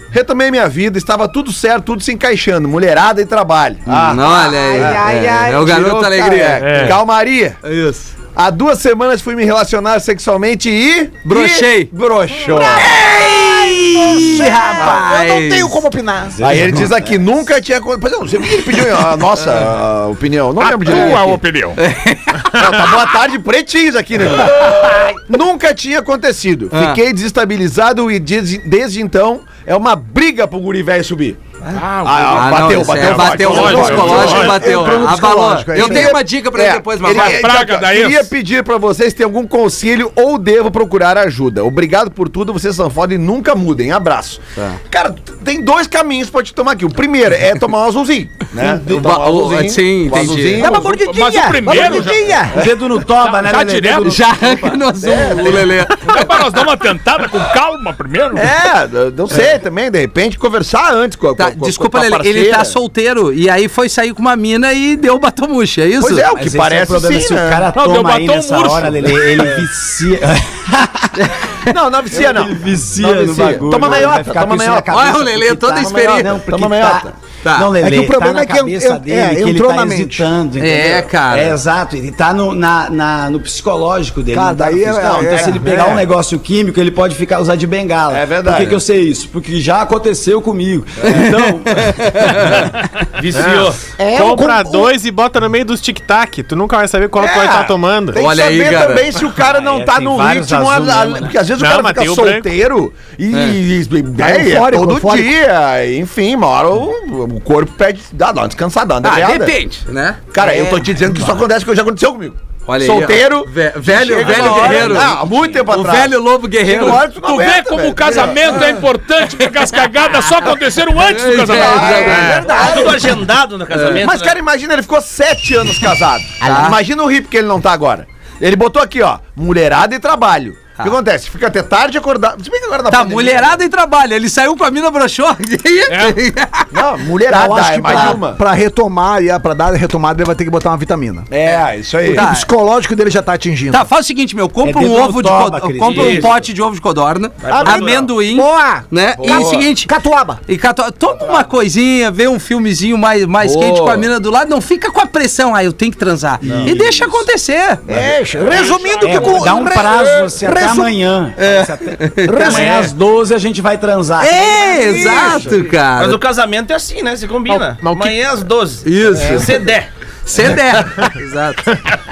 Retomei minha vida, estava tudo certo, tudo se encaixando, mulherada e trabalho.
Ah, não, olha aí.
ai,
é,
ai.
é o garoto
Tirou-
alegria.
É. Calmaria.
É isso.
Há duas semanas fui me relacionar sexualmente e.
Brochei.
e Brochou.
Ih, rapaz! Eu não
rapaz.
tenho como opinar.
Aí ele diz aqui, nunca tinha. acon- Pois não, você ele pediu a nossa a opinião. Não lembro de
É. Tua
aqui.
opinião.
Não, tá boa tarde, pretinhos aqui, né? Nunca tinha acontecido.
Ah.
Fiquei desestabilizado e des- desde então é uma briga pro guri velho subir. Ah,
Ah, não,
bateu,
isso
bateu,
é, bateu,
bateu,
bateu,
bateu,
psicológico,
bateu,
bateu,
entrou no
abalou.
um psicológico é aí.
Eu tenho uma dica pra É, ele depois, mas vai.
ele-
Praga da ex.
Queria pedir pra vocês ter algum conselho ou devo procurar ajuda. Obrigado por tudo, vocês são foda e nunca mudem. Abraço. Cara, t- tem dois caminhos pra te tomar aqui. O primeiro é tomar um azulzinho, né?
O
Tomar
ba- o- sim, entendi.
azulzinho.
Dá uma mordidinha!
Mas o primeiro
uma mordidinha!
O dedo no toba, né,
já
Lelê?
direto?
Dedo no-
Já arranca no azul, o Lele.
É pra nós dar uma tentada com calma primeiro?
É, eu não sei também, de repente conversar antes com a
Tá, desculpa, Lele, ele tá solteiro e aí foi sair com uma mina e deu batomuxa, é isso?
Pois é, o
Mas
que
esse é o
parece
problema,
sim,
se
né?
o cara
Não, deu
toma aí
batom
nessa
urso.
hora, Lelê, ele vicia.
Não, não vicia não.
ele
Não
vicia no
vicia.
bagulho.
Toma
né?
meiota,
Vai ficar
toma
com isso na
meiota.
cabeça,
Olha o Lelê,
porque
todo
tá-
experiente.
Não, porque
Toma meiota.
tá...
Tá.
Não, Lelê,
É que o problema
tá
é
na
que eu-
cabeça
é,
dele, que
entrou
ele tá
na mente.
hesitando,
É,
entendeu?
cara.
É, exato, ele tá no, na, na- no psicológico dele.
Cara,
não tá no
daí é-
físico. Não, então
é,
se ele pegar
é.
um negócio químico, ele pode ficar usar de bengala.
É verdade.
Por que, que eu sei isso? Porque já aconteceu comigo. Então,
Viciou.
É,
Compra
o- o-
dois e bota no meio dos tic-tac. Tu nunca vai saber qual
É,
tu vai estar tomando.
Tem
Olha
que
aí,
saber
cara.
também se o cara não
Ah, é,
tá
tem
no
vários
ritmo.
azul
a- a-
mesmo, né?
Porque às vezes
Não,
o cara
mas
fica
tem o
solteiro e, e-
Tá
e- é,
eufórico,
todo
eufórico.
dia. Enfim, uma hora o, o corpo pede. Dá, dá uma descansada, anda
Ah,
ligada.
depende, né?
Cara, eu tô te dizendo que isso acontece, que já aconteceu comigo.
Olha aí, ó.
Solteiro.
Ve- velho-
chega
velho
uma hora-
guerreiro.
Ah, há muito tempo
O
atrás.
velho lobo guerreiro.
Chega uma hora que tu não
Tu vê
aguenta,
como
velho.
o casamento é importante, porque as cagadas só aconteceram antes do casamento.
É, é, é.
Tá tudo agendado no casamento.
Mas,
né?
cara, imagina, ele ficou sete anos casado.
Tá.
Imagina o hippie que ele não tá agora. Ele botou aqui, ó, mulherada e trabalho. O que acontece? Fica até tarde acordado. Se bem que agora na
Tá,
pandemia-
mulherada e trabalho. Ele saiu com a mina broxou.
Não, mulherada,
Eu acho
é
que tá.
mais
pra,
uma.
pra retomar, e a- pra dar a retomada, ele vai ter que botar uma vitamina.
É, isso aí.
O psicológico dele já tá atingindo.
Tá, faz o seguinte, meu. Compra
É
um
dedo no
ovo de
toba,
codorna.
Cris.
Compra um
Isso.
pote de ovo de codorna.
pra
Amendoim.
Boa!
Né? E o seguinte.
Catuaba!
E Cato, toma uma coisinha, vê um filmezinho mais, mais
Boa.
quente com a mina do lado, não fica com a pressão, ah, eu tenho que transar. E deixa acontecer.
É, resumindo
É,
que com.
dá um prazo, assim, até a amanhã. Até amanhã às 12 a gente vai transar.
É, exato, cara.
Mas o casamento é assim, né? Se combina.
Mas- mas o que-
Amanhã às 12.
Isso.
É. Se der.
Cê der. Exato.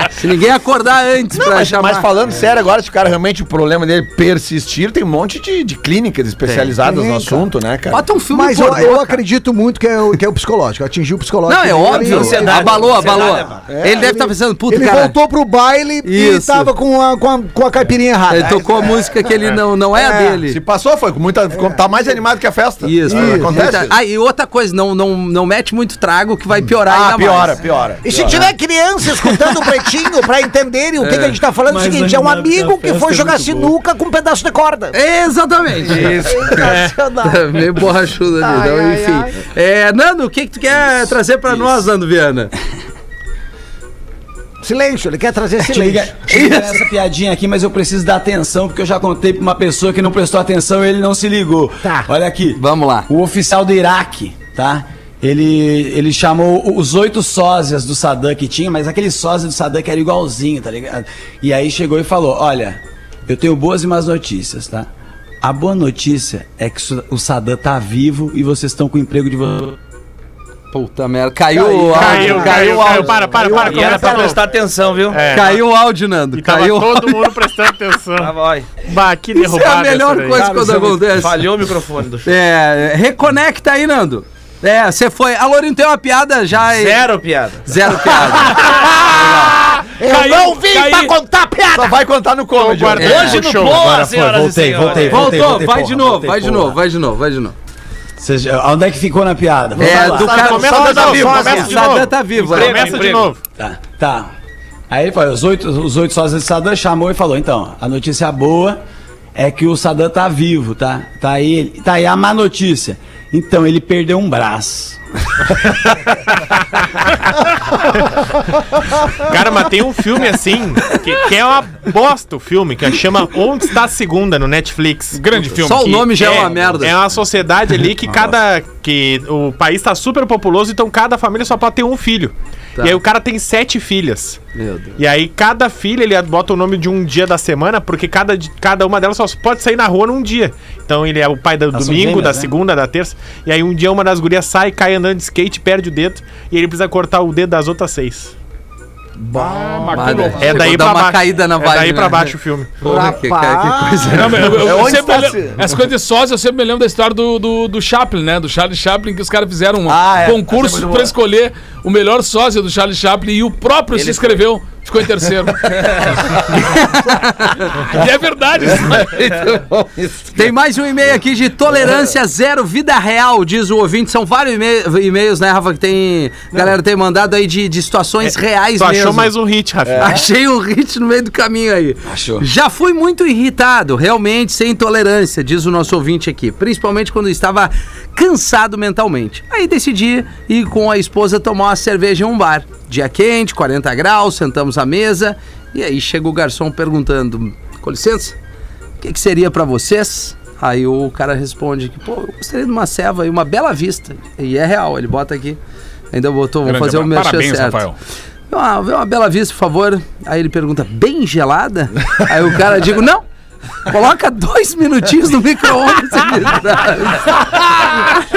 Se ninguém acordar antes pra
mas,
chamar.
mas falando sério agora, se o cara realmente o problema dele persistir, tem um monte de, de clínicas especializadas
Tem, cara.
no assunto, né, cara?
Bota um filme
Mas eu,
pornô,
eu
cara.
acredito muito que é, o, que é o psicológico. Atingiu o psicológico.
Não, é
dele.
óbvio.
ansiedade,
abalou,
ansiedade,
abalou.
é,
ele deve estar pensando, puta,
Ele
cara.
voltou pro baile
Isso.
e tava com a, com a, com a caipirinha errada.
Ele tocou a música que ele não, não é, a dele.
Se passou, foi com muita. ficou- Tá mais animado que a festa.
Isso,
Ah,
isso.
acontece.
Eita. Ah, e outra coisa, não, não, não mete muito trago que vai piorar
Ah,
ainda
piora,
mais.
piora.
E se tiver criança escutando o pretinho pra entenderem o que, que a gente tá falando, é o seguinte: é um amigo que foi jogar sinuca com um pedaço de corda.
Exatamente. Isso. Meio borrachudo ali, então, enfim. É, Nando, o que, que tu quer trazer pra nós, Nando Viana?
Silêncio, ele quer trazer
Te liga,
silêncio.
te liga essa piadinha aqui, mas eu preciso da atenção, porque eu já contei pra uma pessoa que não prestou atenção e ele não se ligou.
Tá.
Olha aqui.
Vamos lá.
O oficial do Iraque, tá? Ele, ele chamou os oito sósias do Saddam que tinha, mas aquele sósia do Saddam que era igualzinho, tá ligado? E aí chegou e falou: Olha, eu tenho boas e más notícias, tá? A boa notícia é que o Saddam tá vivo e vocês estão com o emprego de vocês.
Puta merda. Caiu, o áudio.
Caiu, caiu, caiu. Para, para, para.
E era
começa
pra
não.
prestar atenção, viu?
Ah, É,
Caiu o áudio, Nando.
E tava
Caiu o
todo
áudio.
mundo prestando atenção.
Tava, ó.
Bah, que
Isso é
derrubada
a melhor
essa daí.
coisa quando acontece.
Falhou o microfone do show.
É, reconecta aí, Nando. É, você foi. Alorino tem uma piada já. e-
Zero piada.
Zero piada.
Eu
Caiu,
não vim
caiu.
tá?
pra contar piada!
Só vai contar no comedy.
guarda-
né?
Hoje no
é um show,
Boa,
agora foi,
senhoras e
voltei,
senhores.
voltei.
Voltou,
voltei,
vai
porra,
de novo,
voltei,
vai de
porra.
novo, vai de novo, vai de novo.
Vocês- Onde é que ficou na piada? Vamos
É,
lá.
do cara.
Começa
só
de
da
novo,
sósia.
começa de
Saddam
novo.
tá vivo.
Emprego.
é.
Começa de novo.
Tá, tá. Aí ele falou, os oito, os oito sócios de Saddam chamou e falou, então, a notícia boa é que o Saddam tá vivo, tá? Tá aí, tá aí a má notícia. Então, ele perdeu um braço.
Cara, mas tem um filme assim, que, que é uma bosta o filme, que chama Onde Está a Segunda no Netflix.
Grande filme.
Só o
Que
nome já é uma merda.
É uma sociedade ali que cada. que o país tá super populoso, então cada família só pode ter um filho.
Tá.
E aí o cara tem sete filhas.
Meu Deus.
E aí cada filha ele bota o nome de um dia da semana, porque cada, di- cada uma delas só pode sair na rua num dia. Então ele é o pai do
Elas são
domingo,
gêmeas,
da
né?
segunda, da terça. E aí um dia uma das gurias sai, cai andando de skate, perde o dedo, e ele precisa cortar o dedo das outras seis.
Mara.
É daí
Vou dar
pra
uma
baixo.
caída na
é
vibe,
daí
né?
pra baixo o filme.
Porra, é que, cara, que coisa.
Não, mas eu, eu- eu
onde
sempre
está
me lembro- As coisas de sósia, eu sempre me lembro da história do, do, do Chaplin, né? Do Charlie Chaplin, que os caras fizeram um
Ah, é. Essa é
concurso
muito
pra
boa.
escolher o melhor sósia do Charlie Chaplin e o próprio se inscreveu. Ficou em terceiro. e é verdade.
então, Tem mais um e-mail aqui de Tolerância Zero Vida Real, diz o ouvinte. São vários e-mail- e-mails, né, Rafa? Que tem. Galera tem mandado aí de, de situações reais
Tu
É mesmo.
achou mais um hit, Rafinha.
Achei um hit no meio do caminho aí.
Achou.
Já fui muito irritado, realmente sem intolerância, diz o nosso ouvinte aqui. Principalmente quando estava cansado mentalmente. Aí decidi ir com a esposa tomar uma cerveja em um bar. Dia quente, 40 graus, sentamos à mesa. E aí chega o garçom perguntando: com licença, o que, que seria pra vocês? Aí o cara responde que, pô, eu gostaria de uma ceva e uma bela vista. E é real, ele bota aqui. Ainda botou, vamos
Grande
fazer o
abraço.
meu
Parabéns,
certo.
Rafael.
Vê Uma, vê uma bela vista, por favor. Aí ele pergunta, bem gelada? Aí o cara digo, não. Coloca dois minutinhos no micro-ondas e me traz."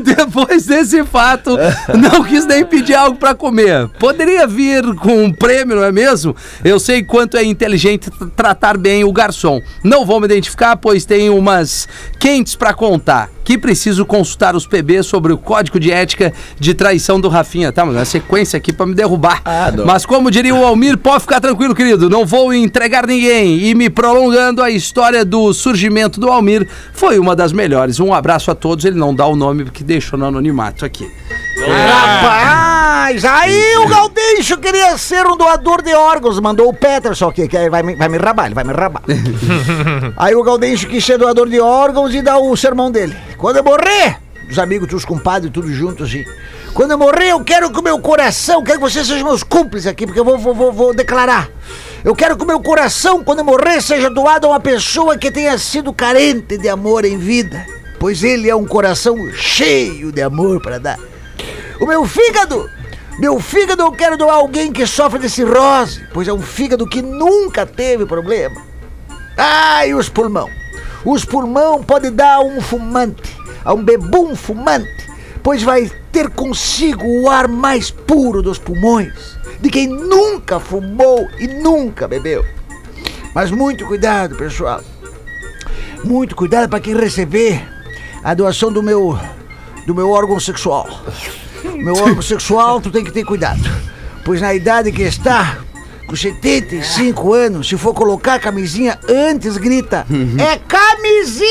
Depois desse fato, não quis nem pedir algo pra comer. Poderia vir com um prêmio, não é mesmo? Eu sei quanto é inteligente t- tratar bem o garçom. Não vou me identificar, pois tenho umas quentes pra contar. Que preciso consultar os PB sobre o código de ética de traição do Rafinha. Tá, mas é uma sequência aqui pra me derrubar.
Ah,
Mas como diria o Almir, pode ficar tranquilo, querido. Não vou entregar ninguém. E me prolongando, a história do surgimento do Almir foi uma das melhores. Um abraço a todos. Ele não dá o nome porque deixou no anonimato aqui.
Rapaz, aí o Galdeixo queria ser um doador de órgãos, mandou o Peterson aqui, que aí vai, me- vai me rabar, ele vai me rabar. aí o Galdeixo quis ser doador de órgãos e dá o sermão dele. Quando eu morrer, os amigos, os compadres, tudo junto assim. Quando eu morrer, eu quero que o meu coração, quero que vocês sejam meus cúmplices aqui, porque eu vou, vou- vou- vou declarar. Eu quero que o meu coração, quando eu morrer, seja doado a uma pessoa que tenha sido carente de amor em vida, pois ele é um coração cheio de amor para dar. O meu fígado! Meu fígado eu quero doar a alguém que sofre de cirrose, pois é um fígado que nunca teve problema. Ah, e os pulmão? Os pulmão pode dar a um fumante, a um bebum fumante, pois vai ter consigo o ar mais puro dos pulmões, de quem nunca fumou e nunca bebeu. Mas muito cuidado, pessoal. Muito cuidado para quem receber a doação do meu do meu órgão sexual. Meu órgão sexual, tu tem que ter cuidado. Pois na idade que está, com 75 anos, se for colocar a camisinha antes, grita:
Uhum.
É camisinha!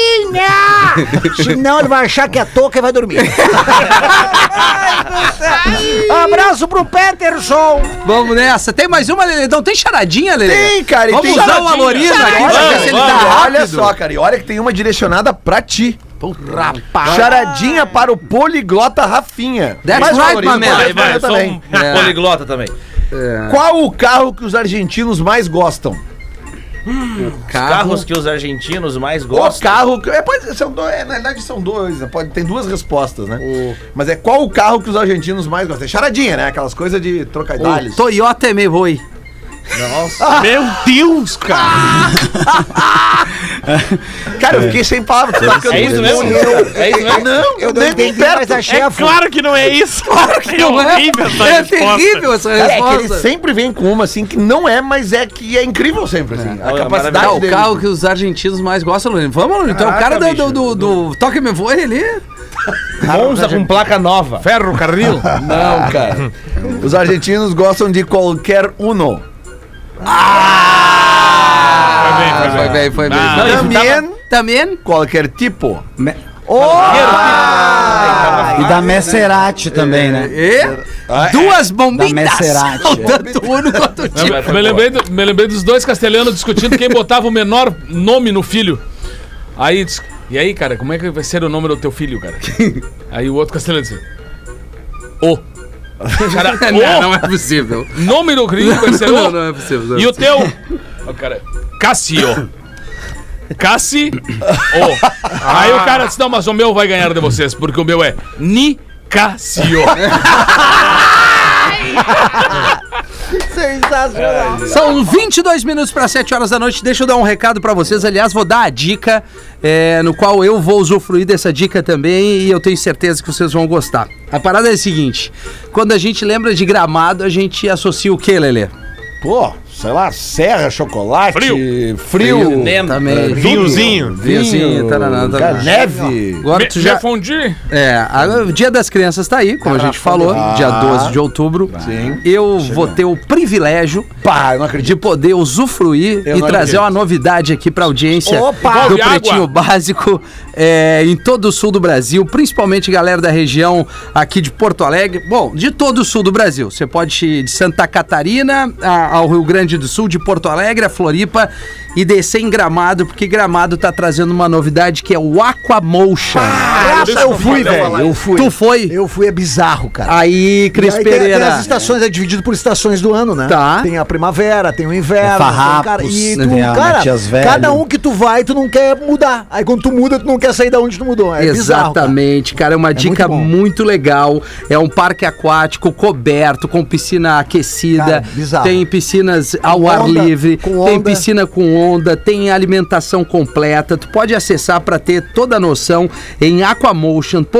Senão ele vai achar que é touca e vai dormir. Abraço pro Peterson!
Vamos nessa. Tem mais uma, Leledão? Tem charadinha, Lele?
Tem, cara, e
Vamos
tem
usar o
charadinha.
Aloriza aqui pra ver se ele tá
Olha,
rápido.
olha só, cara, e olha que tem uma direcionada pra ti. Rapaz. Charadinha para o poliglota Rafinha.
That's
Mais um
right,
Maurício,
my man.
pode
Aí vai,
responder
eu sou
também.
um poliglota também.
É,
Qual o carro que os argentinos mais gostam?
Carros que os argentinos mais
O
gostam.
carro que. É, pode, são dois, é, na verdade são dois, né? pode, tem duas respostas, né? Mas é qual o carro que os argentinos mais gostam? É charadinha, né? Aquelas coisas de
O
trocaidalhos.
Toyota é me voy.
Meu Deus, cara!
Cara, eu fiquei sem palavras. tá? Porque eu-
É isso mesmo? É isso mesmo?
Não, eu
Eu não
nem
entendi, mas
perto.
achei a fu-
Claro que não é isso! Claro que
É terrível essa
Cara, é que ele
resposta.
sempre vem com uma assim que não é, mas é que é incrível sempre, assim. A
Olha,
capacidade
Dá É, o
dele.
carro que os argentinos mais gostam, Lorena. Vamos, Lorena. Então o cara
Caraca,
do,
bicho,
do, do, do Toque Me Voe ali.
né,
Monza com placa nova.
Ferro, carril!
Ah,
Não, cara. Os argentinos gostam de qualquer uno.
Foi bem, foi
Foi
bem.
bem, foi bem.
Ah,
Também
Também.
qualquer tipo.
Me-
Ah!
E da Maserati também, né?
E
é.
duas
Da
bombinhas.
Maserati,
Tanto uno quanto o tipo.
Me lembrei, do- me lembrei dos dois castelhanos discutindo quem botava o menor nome no filho. Aí diz, e aí, cara, como é que vai ser o nome do teu filho, cara? Aí o outro castelhano disse, O. Cara,
Não,
o
não é possível.
nome do gringo vai ser
Não,
O.
não é possível. não é
E o
possível.
teu? O cara, Cássio. Cassi O.
Ah.
Aí o cara disse, não, mas o meu vai ganhar de vocês, porque o meu é Nicásio.
Sensacional!
São 22 minutos para 7 horas da noite. Deixa eu dar um recado para vocês. Aliás, vou dar a dica, é, no qual eu vou usufruir dessa dica também e eu tenho certeza que vocês vão gostar. A parada é a seguinte: quando a gente lembra de gramado, a gente associa o que, Lelê?
Pô, sei lá, serra, chocolate, frio, tá
Lembra.
Também.
Vinhozinho.
Vinhozinho, taraná,
cara,
taraná.
neve.
tá Agora
Me-
tu já.
Já fundi.
É, a- o Dia das Crianças tá aí, como a gente falou, dia 12 de outubro.
Sim.
Eu vou ter o privilégio
Pá, eu não
de
acredito.
poder usufruir
Eu
e
não
trazer
acredito.
uma novidade aqui pra audiência
Opa!
do
Envolve água.
Pretinho Básico é, em todo o sul do Brasil, principalmente galera da região aqui de Porto Alegre. Bom, de todo o sul do Brasil. Você pode ir de Santa Catarina a- ao Rio Grande do Sul, de Porto Alegre a Floripa e descer em Gramado, porque Gramado tá trazendo uma novidade que é o Aquamotion.
Graça, eu fui, velho. Ah, Eu fui.
tu foi?
Eu fui, é bizarro, cara.
Aí, Cris
E aí tem-
Pereira.
Tem, as estações, é dividido por estações do ano, né?
Tá.
Tem a primavera, tem o inverno,
É farrapos,
tem, cara, e
né,
tu,
tem a
cara,
Matias Velho.
cada um que tu vai, tu não quer mudar. Aí quando tu muda, tu não quer sair da onde tu mudou. É bizarro, cara.
Exatamente, cara. É uma dica
muito
muito,
bom.
legal. É um parque aquático coberto, com piscina aquecida.
Cara, bizarro.
tem piscinas ao
Com
ar
onda,
livre,
com
tem
onda.
piscina com onda, tem alimentação completa. Tu pode acessar para ter toda a noção em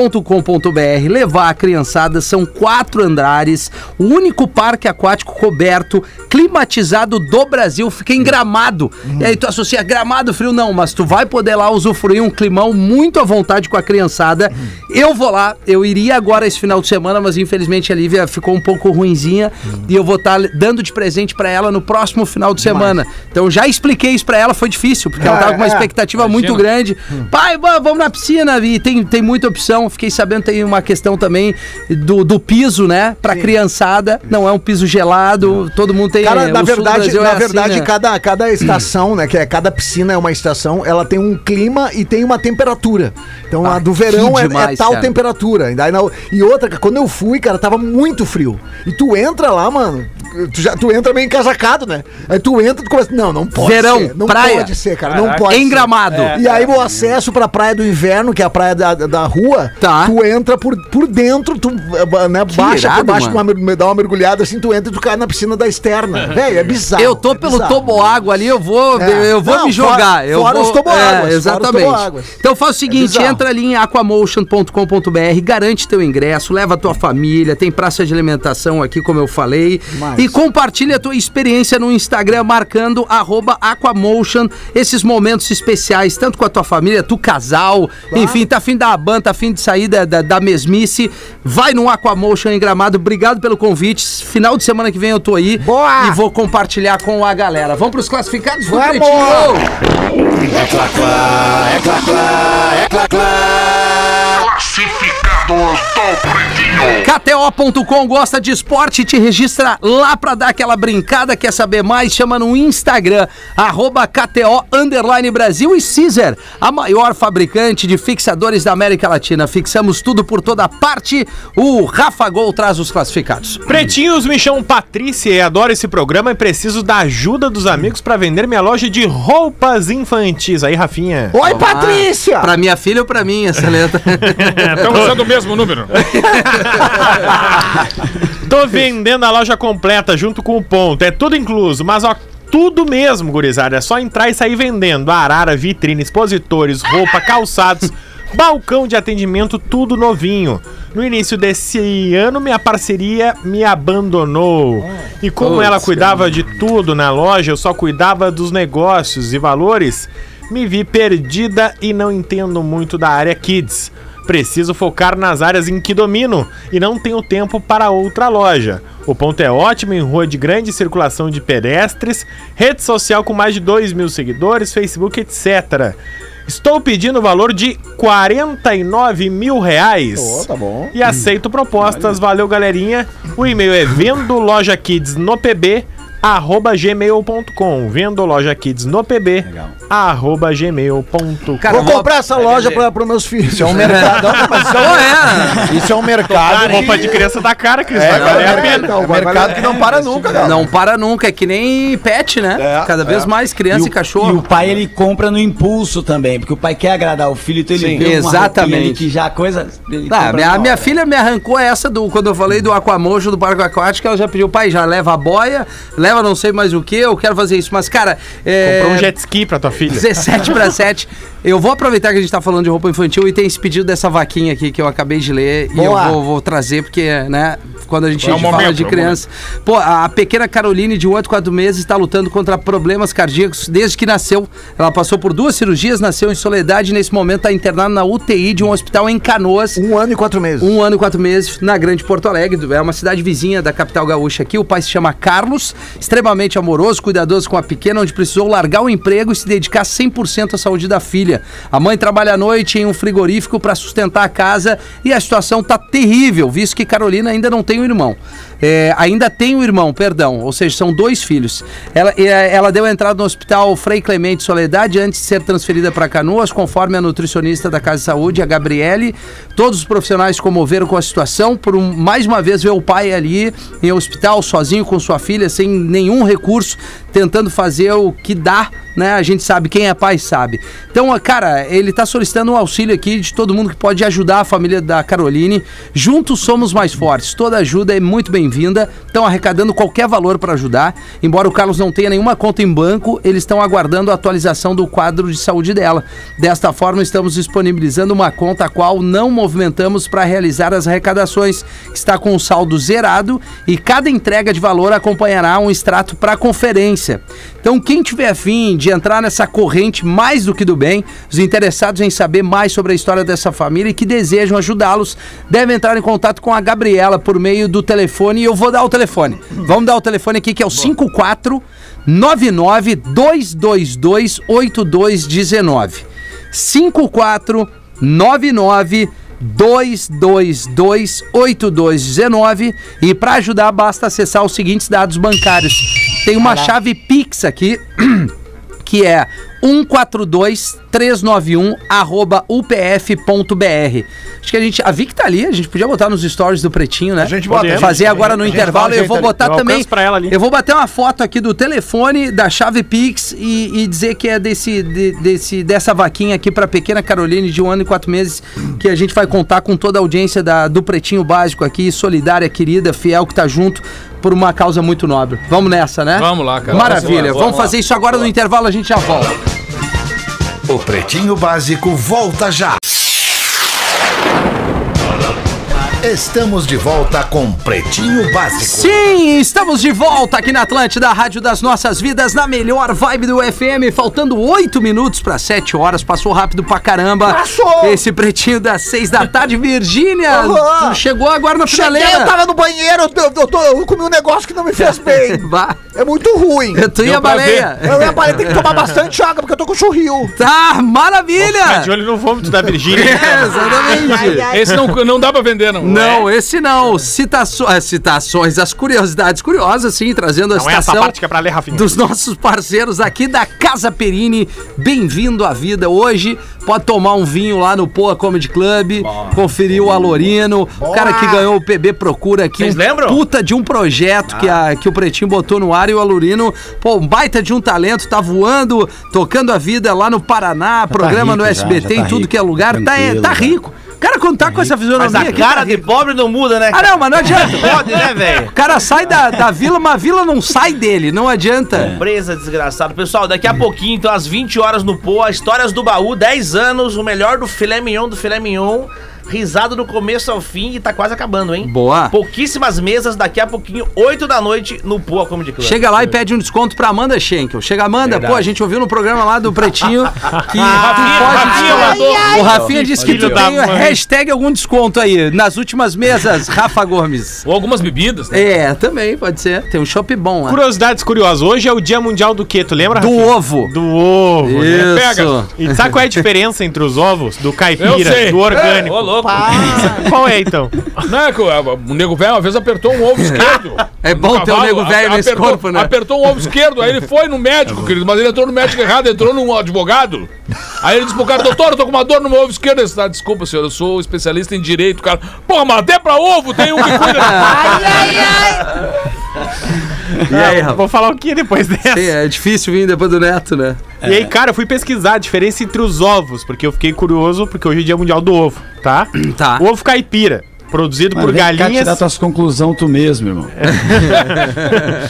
aquamotion.com.br. Levar a criançada, são quatro andares, o único parque aquático coberto, climatizado do Brasil. Fica em gramado.
Uhum.
É, então, E aí tu associa gramado frio, não, mas tu vai poder lá usufruir um climão muito à vontade com a criançada. Eu vou lá, eu iria agora esse final de semana, mas infelizmente a Lívia ficou um pouco ruinzinha e eu vou estar dando de presente pra ela no próximo final de semana. Então já expliquei isso pra ela, foi difícil, porque ela tava
É,
com uma expectativa muito grande.
Hum.
Pai, va- vamos na piscina, e tem, tem muita opção. Fiquei sabendo tem uma questão também do, do piso, né? Pra criançada, não é um piso gelado, todo mundo tem
Cara, na
o sul do
verdade,
Brasil é
na
assim,
verdade
né?
cada, cada estação, né, que é cada piscina é uma estação, ela tem um clima e tem uma temperatura. Então
Ah,
a do verão
que
é, é
demais,
tal
cara.
temperatura. E, daí na- e outra, cara, quando eu fui, cara, tava muito frio. E tu entra lá, mano,
tu, já, tu entra meio encasacado, né? Aí tu entra e começa. Não, não pode
Verão,
ser. Não
praia.
pode ser, cara. Não pode
Em
ser.
Gramado.
E aí o acesso pra praia do inverno, que é a praia da, da rua,
Tá.
tu entra por, por dentro, tu eh, né, baixa
irado,
por baixo,
mano.
uma- dá uma mergulhada assim, tu entra e tu cai na piscina da externa. Velho, é bizarro.
Eu tô
é
pelo
bizarro.
toboágua ali, eu vou,
É.
eu vou
Não,
me jogar.
fora-
eu
fora
vou,
os toboáguas,
É,
fora os
exatamente.
toboáguas.
então faz o seguinte,
É bizarro.
entra ali em aquamotion.com.br, garante teu ingresso, leva tua família, tem praça de alimentação aqui, como eu falei. E compartilha a tua experiência no Instagram, marcando arroba aquamotion, esses momentos especiais, tanto com a tua família, tu casal, enfim, tá afim da ban, tá afim de sair da, da, da mesmice, vai no Aquamotion em Gramado, obrigado pelo convite, final de semana que vem eu tô aí.
Boa!
E vou compartilhar com a galera. Vamos pros classificados do
Vamos!
Pretinho. KTO.com gosta de esporte, te registra lá pra dar aquela brincada, quer saber mais? Chama no Instagram, arroba KTO Underline Brasil e Caesar, a maior fabricante de fixadores da América Latina. Fixamos tudo por toda parte. O Rafa Gol traz os classificados.
Pretinhos me chamam Patrícia e adoro esse programa e preciso da ajuda dos amigos pra vender minha loja de roupas infantis. Aí, Rafinha.
Oi, Patrícia!
Pra minha filha ou pra mim, essa letra? É,
Estamos usando o mesmo número.
Tô vendendo a loja completa junto com o ponto. É tudo incluso, mas ó. Tudo mesmo, gurizada. É só entrar e sair vendendo. Arara, vitrine, expositores, roupa, calçados, balcão de atendimento, tudo novinho. No início desse ano, minha parceria me abandonou. E como ela cuidava de tudo na loja, eu só cuidava dos negócios e valores, me vi perdida e não entendo muito da área kids. Preciso focar nas áreas em que domino e não tenho tempo para outra loja. O ponto é ótimo em rua de grande circulação de pedestres, rede social com mais de 2 mil seguidores, Facebook, etc. Estou pedindo o valor de 49 mil reais. tá bom. E aceito propostas. Valeu, galerinha. O e-mail é vendo loja kids no pb arroba gmail.com vendo loja kids no pb arroba gmail.com
Cara,
Vou
mó-
comprar essa loja pra, pros meus filhos.
Isso é um mercado. Não, mas isso é um-
é.
Isso é um mercado.
Tá roupa de criança da cara, Cris.
É,
vai valer a
cara,
pena.
é, assim, não, vai- mercado que não para nunca, cara.
Não para nunca, é que nem pet, né?
É,
Cada vez
é.
mais criança e,
o-
cachorro.
E o pai ele compra no impulso também, porque o pai quer agradar o filho, então ele
Sim.
vê uma roupinha
Exatamente.
ali que já a coisa. ele
Ah,
compra
minha-
na
a minha
hora.
filha me arrancou essa do quando eu falei do aquamojo do barco aquático, ela já pediu, pai, já leva a boia, leva não sei mais o que, eu quero fazer isso. Mas, cara, é,
Comprou um jet ski pra tua filha.
17 para 7. Eu vou aproveitar que a gente tá falando de roupa infantil e tem esse pedido dessa vaquinha aqui que eu acabei de ler e eu vou, vou trazer porque, né, quando a gente
É o
fala
momento,
de
é o
criança. Pô, a a pequena Caroline, de 8 a 4 meses, está lutando contra problemas cardíacos desde que nasceu. Ela passou por duas cirurgias, nasceu em soledade e nesse momento tá internada na UTI de um hospital em Canoas.
Um ano e quatro meses.
Um ano e quatro meses na Grande Porto Alegre, é uma cidade vizinha da capital gaúcha aqui. O pai se chama Carlos, extremamente amoroso, cuidadoso com a pequena, onde precisou largar o emprego e se dedicar 100% à saúde da filha. A mãe trabalha à noite em um frigorífico para sustentar a casa e a situação tá terrível, visto que Carolina ainda não tem um irmão. É, ainda tem um irmão, perdão, ou seja, são dois filhos. Ela, é, ela deu entrada no hospital Frei Clemente Soledade antes de ser transferida para Canoas, conforme a nutricionista da Casa de Saúde, a Gabriele. Todos os profissionais se comoveram com a situação, por um- mais uma vez ver o pai ali em hospital, sozinho com sua filha, sem nenhum recurso, tentando fazer o que dá, né? A gente sabe, quem é pai sabe. Então, ó, cara, ele tá solicitando um auxílio aqui de todo mundo que pode ajudar a família da Caroline. Juntos somos mais fortes. Toda ajuda é muito bem-vinda. Então, Estão arrecadando qualquer valor para ajudar. Embora o Carlos não tenha nenhuma conta em banco, eles estão aguardando a atualização do quadro de saúde dela. Desta forma, estamos disponibilizando uma conta a qual não movimentamos para realizar as arrecadações, que está com o saldo zerado e cada entrega de valor acompanhará um extrato para conferência. Então, quem tiver afim de entrar nessa corrente mais do que do bem, os interessados em saber mais sobre a história dessa família e que desejam ajudá-los, devem entrar em contato com a Gabriela por meio do telefone. E eu vou dar o telefone. Vamos dar o telefone aqui que é o 54 99 222 8219. 54 99 222 8219 e para ajudar basta acessar os seguintes dados bancários. Tem uma chave Pix aqui que é 142-391 arroba upf.br. Acho que a gente. A Vic tá ali, a gente podia botar nos stories do Pretinho, né? A
gente bota, a gente-
Fazer agora no
a gente
intervalo.
dá um
Eu
jeito
vou
ali.
botar
Eu
também.
alcanço pra ela ali.
Eu vou bater uma foto aqui do telefone da chave Pix e, e dizer que é desse, de- desse, dessa vaquinha aqui pra pequena Caroline de um ano e quatro meses que a gente vai contar com toda a audiência da, do Pretinho Básico aqui, solidária, querida, fiel que tá junto por uma causa muito nobre. Vamos nessa, né?
Vamos lá, cara.
Maravilha.
Vamos
Vamos,
lá, vamos
fazer isso agora no intervalo, a gente já volta.
né?
O Pretinho Básico volta já. Estamos de volta com Pretinho Básico.
Sim, estamos de volta aqui na Atlântida, a Rádio das Nossas Vidas, na melhor vibe do FM, faltando oito minutos para sete horas, passou rápido pra caramba. Passou! Esse pretinho das seis da tarde, Virgínia,
Aham.
chegou agora na
Cheguei, eu
finaleira.
tava no banheiro, eu, eu, tô- eu comi um negócio que não me fez bem.
Bah,
É muito ruim.
Eu tô e a
pra
baleia.
Eu ia parar, tem que tomar bastante água, porque eu tô com churril.
Tá,
Fica de
maravilha! É,
olho no vômito da Virgínia.
Exatamente.
Esse não, não dá pra vender, não.
Não, esse não. Citaço- as citações, as curiosidades curiosas, sim, trazendo a
Não é essa
citação
parte que é pra ler, Rafinha.
dos nossos parceiros aqui da Casa Perini. Bem-vindo à vida hoje. Pode tomar um vinho lá no Poa Comedy Club, conferir o Alorino, o cara que ganhou o PB Procura aqui.
Vocês
um
lembram?
Puta de um projeto que, a- que o Pretinho botou no ar e o Alorino, pô, um baita de um talento, tá voando, tocando a vida lá no Paraná, programa no
rico já,
SBT,
já tá
em tudo
rico,
que é lugar. Tá, é,
tranquilo,
tá
já.
rico. O cara, quando tá com essa
Mas
fisionomia
a
aqui,
cara de pobre não muda, né?
ah, não, mas não adianta.
Pode, né, velho?
O cara sai da, da vila, mas a vila não sai dele, não adianta.
Presa, desgraçado. Pessoal, daqui a pouquinho, então, às 20 horas no Poa, Histórias do Baú, 10 anos, o melhor do filé mignon do filé mignon. Risado do começo ao fim e tá quase acabando, hein?
Boa.
Pouquíssimas mesas, daqui a pouquinho, 8 da noite, no Poa Comedy Club.
Chega lá e pede um desconto pra Amanda Schenkel. Chega, Amanda, pô, a gente ouviu no programa lá do Pretinho que tu pode
Rafinha mandou.
O Rafinha disse que tu
Filho da
tem
mãe.
hashtag algum desconto aí. Nas últimas mesas, Rafa Gomes.
Ou algumas bebidas, né?
É, também pode ser. Tem um shopping bom lá.
Curiosidades curiosas. Hoje é o dia mundial do quê? Tu lembra,
Do
Rafinha?
ovo.
Do ovo, né?
Isso.
E sabe qual é a diferença entre os ovos? Do
É
Eu sei.
caipira, do orgânico.
Ô, louco.
Qual é, então?
Não, é que o, o nego velho uma vez apertou um ovo esquerdo.
É bom ter um
Cavalo,
nego
a-
velho nesse
apertou,
corpo, né?
Apertou um ovo esquerdo, aí ele foi no médico, querido, mas ele entrou no médico errado, entrou num advogado. Aí ele disse pro cara, doutor, eu tô com uma dor no meu ovo esquerdo. Ele disse, ah, desculpa, senhor, eu sou especialista em direito, cara. Pô, mas até pra ovo tem um que cuida.
E aí, Rafa?
Vou falar o que depois dessa?
Ah, É difícil vir depois do Neto, né?
E aí, cara, eu fui pesquisar a diferença entre os ovos, porque eu fiquei curioso, porque hoje é dia mundial do ovo, tá?
Tá.
O ovo caipira, produzido
Mano,
por
vem cá tirar
galinhas,
tuas conclusões tu mesmo, irmão.
É,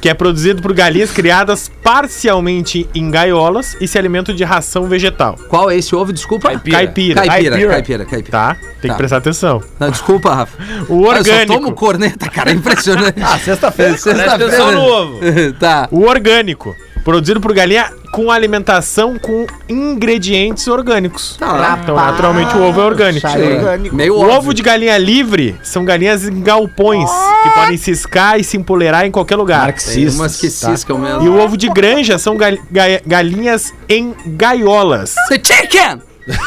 que é produzido por galinhas criadas parcialmente em gaiolas e se alimentam de ração vegetal,
Qual é esse ovo? Desculpa. Caipira.
Caipira.
Caipira,
Caipira.
caipira, caipira.
tá? Tem
Tá.
que prestar atenção.
Não, desculpa, Rafa.
O
Ah, Eu só
orgânico.
tomo corneta, cara. É impressionante. ah, sexta-feira.
Presta atenção no ovo.
tá.
O orgânico, produzido por galinha com alimentação com ingredientes orgânicos.
Tá.
Então, naturalmente, o ovo é
Tá
orgânico.
Orgânico. Meio
O
óbvio.
ovo de galinha livre são galinhas em galpões, que podem ciscar e se empoleirar em qualquer lugar.
Tem
Marxista. tá?
umas que ciscam
E
mesmo.
o ovo de granja são gal- ga- galinhas em gaiolas.
The chicken!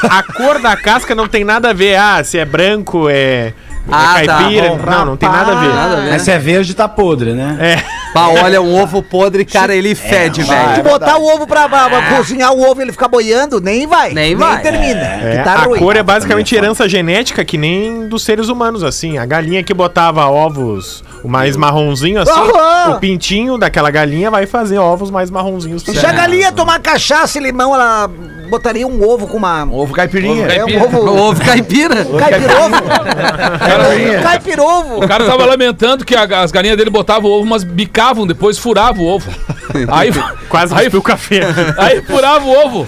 A cor da casca não tem nada a ver. Ah, se é branco, é, é
Ah, tá.
caipira.
Bom,
não, não tem nada a ver.
Nada a ver.
Mas se é verde, tá podre, né?
É.
Pá, olha, um ovo podre, cara, ele fede,
Se
velho.
botar o ovo pra, pra- pra cozinhar o ovo e ele ficar boiando, É. nem vai.
Nem vai.
termina.
É,
que tá
a
ruim.
cor é basicamente
tá
herança genética que nem dos seres humanos, assim. A galinha que botava ovos mais marronzinho, assim,
Aham.
o pintinho daquela galinha vai fazer ovos mais marronzinhos. pra
Se a galinha tomar cachaça e limão, ela botaria um ovo com uma.
Ovo caipirinha.
É um
caipira.
ovo.
O ovo caipira.
Caipirovo?
Caipirinha.
Caipirovo.
O cara tava lamentando que a- as galinhas dele botavam o ovo, mas bicavam, depois furavam o ovo. Aí,
Quase
Aí-
cuspiu o café.
Aí furava o ovo.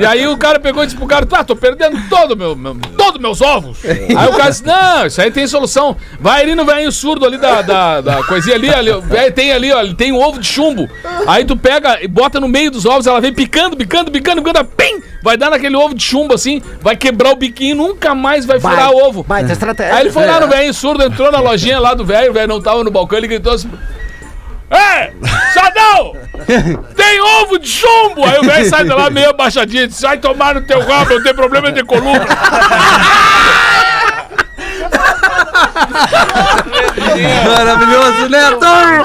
E aí o cara pegou e disse pro cara: tá, tô perdendo todo meu, meu, todos meus ovos. Aí o cara disse: não, isso aí tem solução. Vai ali no velhinho surdo ali da, da, da coisinha ali, ali, o velho tem ali, ó, ele tem um ovo de chumbo. Aí tu pega e bota no meio dos ovos, ela vem picando, picando, picando, picando, pim! Vai dar naquele ovo de chumbo assim, vai quebrar o biquinho e nunca mais vai furar o ovo.
Baita
é
estratégia.
É
Aí ele foi lá no velho surdo, entrou na lojinha lá do velho, o velho não tava no balcão, ele gritou assim. Ei, Sadão! Tem ovo de chumbo! Aí o velho sai de lá meio abaixadinho e diz: Sai tomar no teu rabo, eu tenho problema de coluna.
Maravilhoso, Neto! né,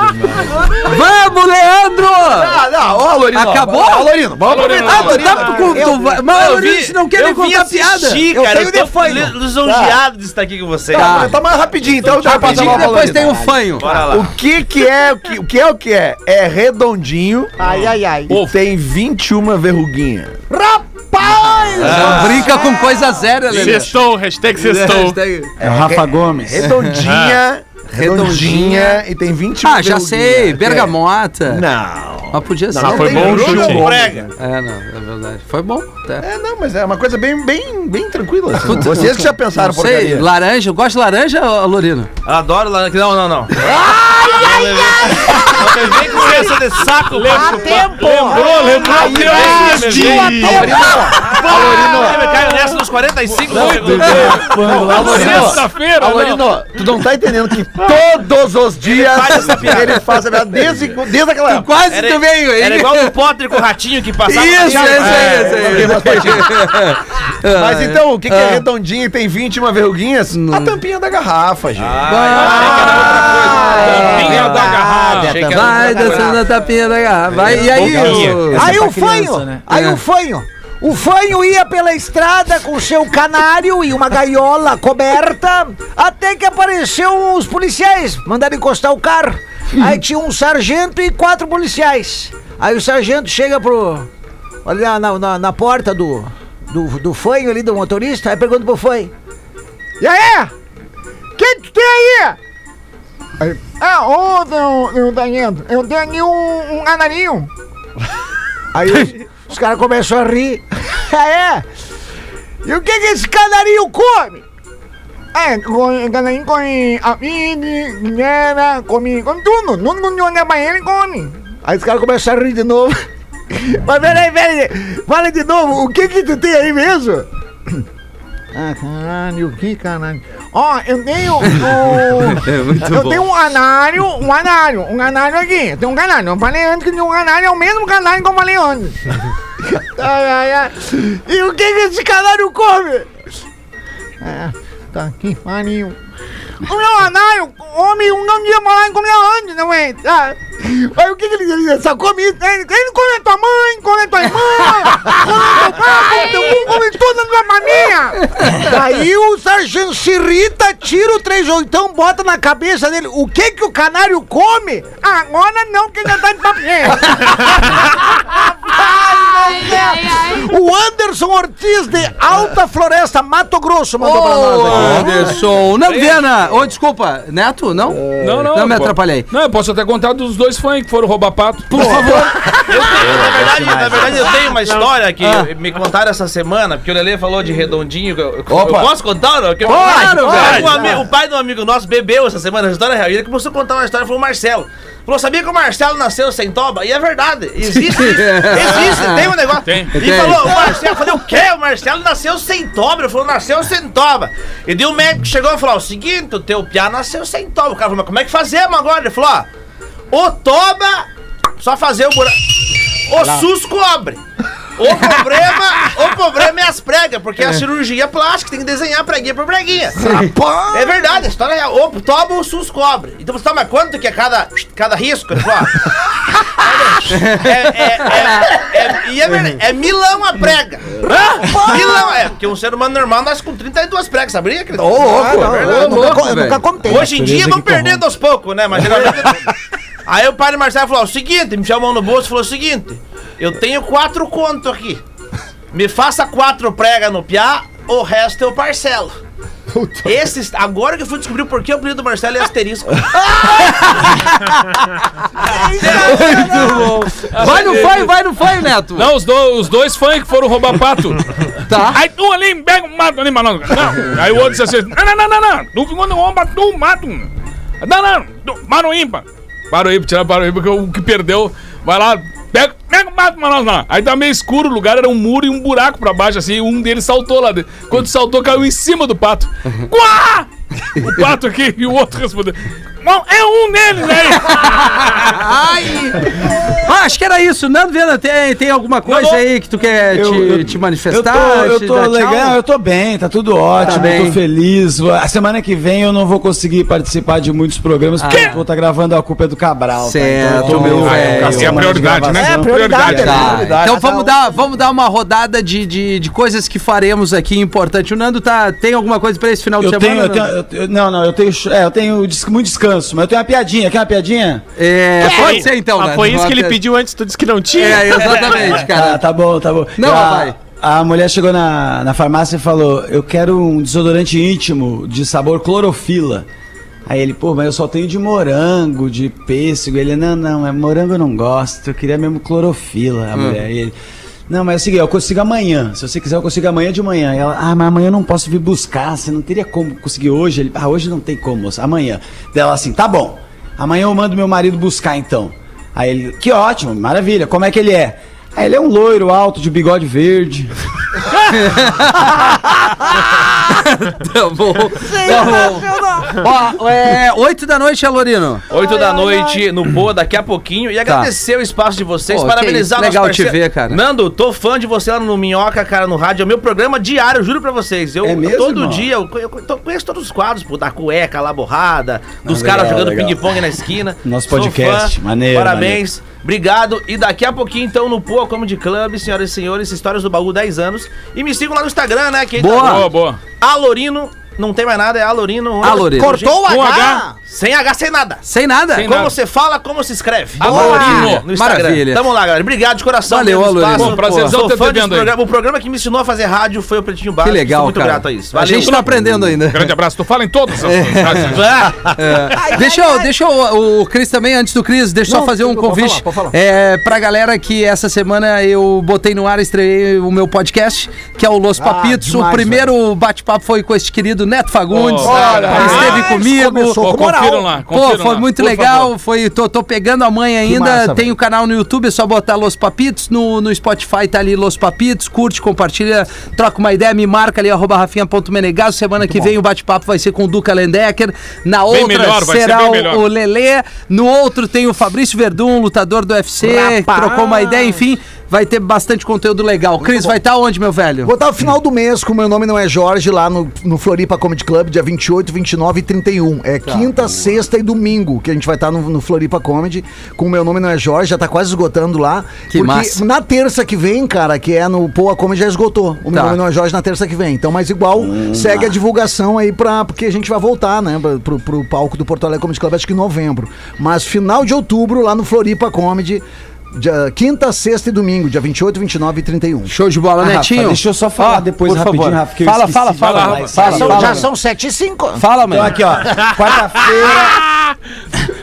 Vamos, Leandro!
Ah, não, ó, Lorino. ó.
Acabou?
Ó, Lorino, vamos
Lorino.
aproveitar.
Ah, tu tá com. Tu, vai- mas,
Eu
Maurício,
vi-
não quer nem
eu vim
contar piada.
assistir,
Eu
cara.
tenho
Eu tô li- lisonjeado de estar aqui com vocês.
Tá, mas tá mais rapidinho, então já
Rapidinho,
passar pra
depois
Lorino.
tem um o fanho.
Bora lá.
O que que é, o que, o que é o que é? É redondinho
Ai, ai, ai.
e tem 21 verruguinhas.
Não brinca com coisa zero, Leandro.
Sextou, hashtag sextou.
É o Rafa Gomes.
Redondinha, redondinha e tem 21
Ah, já
verruguinhas.
sei.
É.
Bergamota.
tipo Não.
Mas podia ser. um
não
foi
tem
bom o
verruga,
chute.
não.
É, não, é verdade. Foi bom. Até.
É, não, mas é uma coisa bem, bem, bem tranquila. assim. Vocês que já pensaram
Não
por
sei,
aí.
laranja. Eu gosto de laranja, ô, Lorino?
Eu adoro lá. Não, não, não. Não me vem com essa de saco,
Há
lembro.
tempo!
Lembrou, lembrou. a piada,
um
bebê.
Eu caio nessa nos 45 segundos.
Sexta-feira, não.
Alorino, tu não tá entendendo que todos os dias ele faz, a piada desde, desde aquela época.
Quase
Era-
tu veio, hein?
Era igual o Potter com o ratinho que passava.
Isso,
na tela. É.
É,
esse aí, Ah. esse aí.
Mas então, o que,
Ah.
que é redondinho e tem 21 verruguinhas? A tampinha da garrafa, gente.
Ah,
Tampinha da
é
garrafa.
Achei que era
Vai
outra coisa.
dançando a tapinha da garrafa. Vai, e aí? ô-
Aí
pra
o
criança,
fanho,
né?
aí
É.
o fanho. O fanho ia pela estrada com seu canário e uma gaiola coberta, até que apareceram os policiais, mandaram encostar o carro. Aí tinha um sargento e quatro policiais. Aí o sargento chega pro. Olha na, na, na porta do, do, do fanho ali, do motorista, aí pergunta pro fanho. E aí? Quem tu tem aí? Ah, ô, oh, eu, eu tenho aqui um, um canarinho. Aí os, os caras começaram a rir. Ah, é? E o que que esse canarinho come? É, come- canarinho come amigo, guinera, come, come tudo. Tudo que olha pra ele, come. Aí os caras começaram a rir de novo. Mas peraí, peraí, fala de novo, o que que tu tem aí mesmo? Ah, caralho, que caralho. Ó, eu tenho o...
É muito
eu
bom.
tenho um canário, um canário, um canário aqui. Tem um canário. Eu falei antes que tinha um canário, é o mesmo canário que eu falei antes. ai, ai, ai. E o que, que esse canário come? É, tá aqui, farinho. O meu canário come um grão de mãe, comia antes, não é? Tá. Mas o que, que ele, ele só come isso? Ele, ele come a tua mãe, come a tua irmã, come teu pai, come teu cu, come tudo na tua família. Daí é o sargento se irrita, tira o três oitão, bota na cabeça dele. O que que o canário come? "Ah, Agora não, que já tá de papel. O Anderson Ortiz de Alta Floresta, Mato Grosso, mandou pra nós. aqui.
Ô, Anderson. Não, Viana. Ô, desculpa. Neto, não?
Não, não.
Não me
pô.
atrapalhei.
Não, eu posso até contar dos dois fãs que foram roubar pato. Por
Na verdade,
né?
na verdade, eu tenho uma história que
Ah.
me contaram essa semana, porque o Lelê falou de redondinho. Eu, eu- eu posso contar? Não? Porque
Claro,
um
velho.
ami- o pai de um amigo nosso bebeu essa semana, a história real. E ele começou a contar uma história, foi o Marcelo. Falou, sabia que o Marcelo nasceu sem toba? E é verdade, existe isso, existe, tem um negócio. E
Tem.
falou, o Marcelo, eu falei, o quê? O Marcelo nasceu sem toba? Ele falou, nasceu sem toba. E daí o médico chegou e falou, o seguinte, o teu piá nasceu sem toba. O cara falou, mas como é que fazemos agora? Ele falou, ó, o toba, só fazer o buraco. O SUS cobre. O problema, o problema é as pregas, porque a cirurgia plástica tem que desenhar preguinha por preguinha. É verdade, a história é real. O toma o SUS cobre. Então você toma quanto que é cada, cada risco? Ele falou, ó, é, é, é, é- e é verdade, é milão a prega. milão, é, porque um ser humano normal nasce com 32 pregas, sabia? querido?
Ô, louco.
Eu nunca,
louco,
co- eu
velho.
nunca contei.
Hoje em dia vão perdendo aos poucos, né? Mas geralmente. Aí o pai do Marcelo falou: o seguinte, me chamou no bolso e falou o seguinte: eu tenho quatro contos aqui. Me faça quatro pregas no piá, o resto eu parcelo. Esses, agora que eu fui descobrir por que o apelido do Marcelo é asterisco.
Vai no fanho, vai no fanho, Neto.
Não, os, do- os dois fãs que foram roubar pato.
Tá.
Aí tu ali, pega um mato ali, malandro. Não. Aí o outro disse assim: Não, não, não, não, não. Tu ficou no ombro, tu mato. Não, não. Tu, Maruímpa. Maruímpa, tirar Maruímpa, que o que perdeu. Vai lá, pega, pega o mato, malandro. lá. Aí tá meio escuro o lugar, era um muro e um buraco pra baixo, assim. e Um deles saltou lá dentro. Quando saltou, caiu em cima do pato. Quá! O pato aqui e o outro respondeu. Não, é um deles aí.
Ai! Ah, acho que era isso. Nando Viana, tem, tem alguma coisa aí que tu quer te, te
Eu tô,
manifestar?
eu
te
tô
dar tchau?
legal, eu tô bem, tá tudo ótimo,
bem.
tô feliz. A semana que vem eu não vou conseguir participar de muitos programas, porque eu vou estar gravando A Culpa é do Cabral. Então,
Certo,
eu tô
meu
meio
velho.
Assim
velho,
é a
semana de
prioridade, né?
gravação.
É, prioridade,
né?
Tá,
prioridade.
então
Cada
vamos
um.
dar, vamos dar uma rodada de, de, de coisas que faremos aqui importante. O Nando tá, tem alguma coisa pra esse final de
Eu
semana?
tenho, eu
Nando?
tenho, eu tenho- não, não, eu tenho, é, eu tenho des- muito descanso, mas eu tenho uma piadinha, quer uma piadinha?
É, pode
Aí-
ser então,
Ah,
Nando.
foi isso que ele
Bota-
pediu antes, tu disse que não tinha.
É, exatamente,
Ah,
cara.
tá bom, tá bom.
Não,
a,
vai.
A mulher chegou na, na farmácia e falou: Eu quero um desodorante íntimo de sabor clorofila. Aí ele, pô, mas eu só tenho de morango, de pêssego. Ele, não, não, é morango eu não gosto, eu queria mesmo clorofila.
Hum.
A mulher, e ele, não, mas é o seguinte, eu consigo amanhã. Se você quiser, eu consigo amanhã de manhã. E ela, ah, mas amanhã eu não posso vir buscar, você não teria como conseguir hoje? Ele, ah, hoje não tem como, moça, amanhã. Daí ela assim, tá bom, amanhã eu mando meu marido buscar então. Aí ele, que ótimo, maravilha, como é que ele é? Aí ele é um loiro alto de bigode verde.
Tá bom. Tá bom. Ó, é 8 da noite, Alorino.
8 da noite no Boa daqui a pouquinho.
Tá.
E agradecer o espaço de vocês,
Pô,
parabenizar
que
nosso
legal te
parceiro.
ver, cara.
Nando, tô fã de você lá no Minhoca, cara, no rádio. É o meu programa diário, juro pra vocês. Eu
É mesmo,
todo
irmão?
dia, eu, co- eu co- to- conheço todos os quadros, pô, da cueca lá borrada, dos
Ah,
caras
legal,
jogando
legal.
ping-pong na esquina.
Nosso
Sou
podcast, maneiro,
Parabéns. Obrigado. E daqui a pouquinho, então, no Poa Comedy Club, senhoras e senhores, histórias do baú 10 anos. E me sigam lá no Instagram, né? Que
Boa.
Boa, boa.
Alorino, não tem mais nada, é Alorino.
Alorino.
Cortou o
Com
H.
H.
Sem H, sem nada.
Sem nada? assim?
Sem
Como
nada.
você fala, como se escreve.
Boa!
No Instagram.
Maravilha.
Tamo lá, galera. Obrigado de coração.
Valeu,
pelo
Alorino.
espaço.
Bom,
prazerzão
Sou
ter
fã
te
desse
vendo aí.
programa. O programa que me ensinou a fazer rádio foi o Pretinho
Que
Básico.
legal,
Sou muito
cara.
grato a isso.
A gente tá aprendendo ainda.
Grande abraço. Tu fala em todas as frases.
É. Deixa eu, deixa eu, o Cris também, antes do Cris, deixa eu só
Não,
fazer um
pode falar,
convite
pode falar.
é, pra galera que essa semana eu botei no ar, estreiei o meu podcast, que é o Los Papitos. o
Ah, demais,
primeiro bate-papo foi com este querido Neto Fagundes,
Oh, cara.
que esteve
Ah,
comigo.
começou
Pô,
com moral.
confiram lá.
Pô,
Confiram
foi
lá,
muito
por
legal,
favor.
foi, tô, tô pegando a mãe ainda,
massa,
tem
velho.
o canal no YouTube, é só botar Los Papitos, no, no Spotify tá ali Los Papitos, curte, compartilha, troca uma ideia, me marca ali, arroba rafinha.menegaso, semana que vem o bate-papo vai ser com o Duca Lendecker, na
Bem
outra
melhor, vai ser
será
bem
o-
melhor.
o Lelê, no outro tem o Fabrício Verdun, um lutador do UFC, que trocou uma ideia, enfim, vai ter bastante conteúdo legal. Cris, vai estar onde, meu velho?
Vou estar no final do mês com Meu Nome Não É Jorge lá no, no Floripa Comedy Club, dia 28, 29 e 31. É
Tá.
quinta, sexta e domingo que a gente vai estar no, no Floripa Comedy com Meu Nome Não É Jorge, já tá quase esgotando lá.
Que massa.
na terça que vem, cara, que é no Poa Comedy, já esgotou. O Meu
Tá. Hum.
Nome Não É Jorge na terça que vem. Então, mas igual, segue a divulgação aí pra. Porque a gente vai voltar, né, pra- pro, pro palco do Porto Alegre Comedy Club, acho que em novembro. Mas final de outubro lá no Floripa Comedy. dia- quinta, sexta e domingo, dia 28, 29 e 31.
Show de bola,
Rafa,
Netinho.
deixa eu só falar
Ó,
depois
por
rapidinho,
favor.
Rafa, que eu
fala,
esqueci
fala,
de
fala,
falar
fala,
isso aí.
fala,
São-
fala.
Já são 7 e 5.
Fala, mãe.
Então aqui, ó, quarta-feira.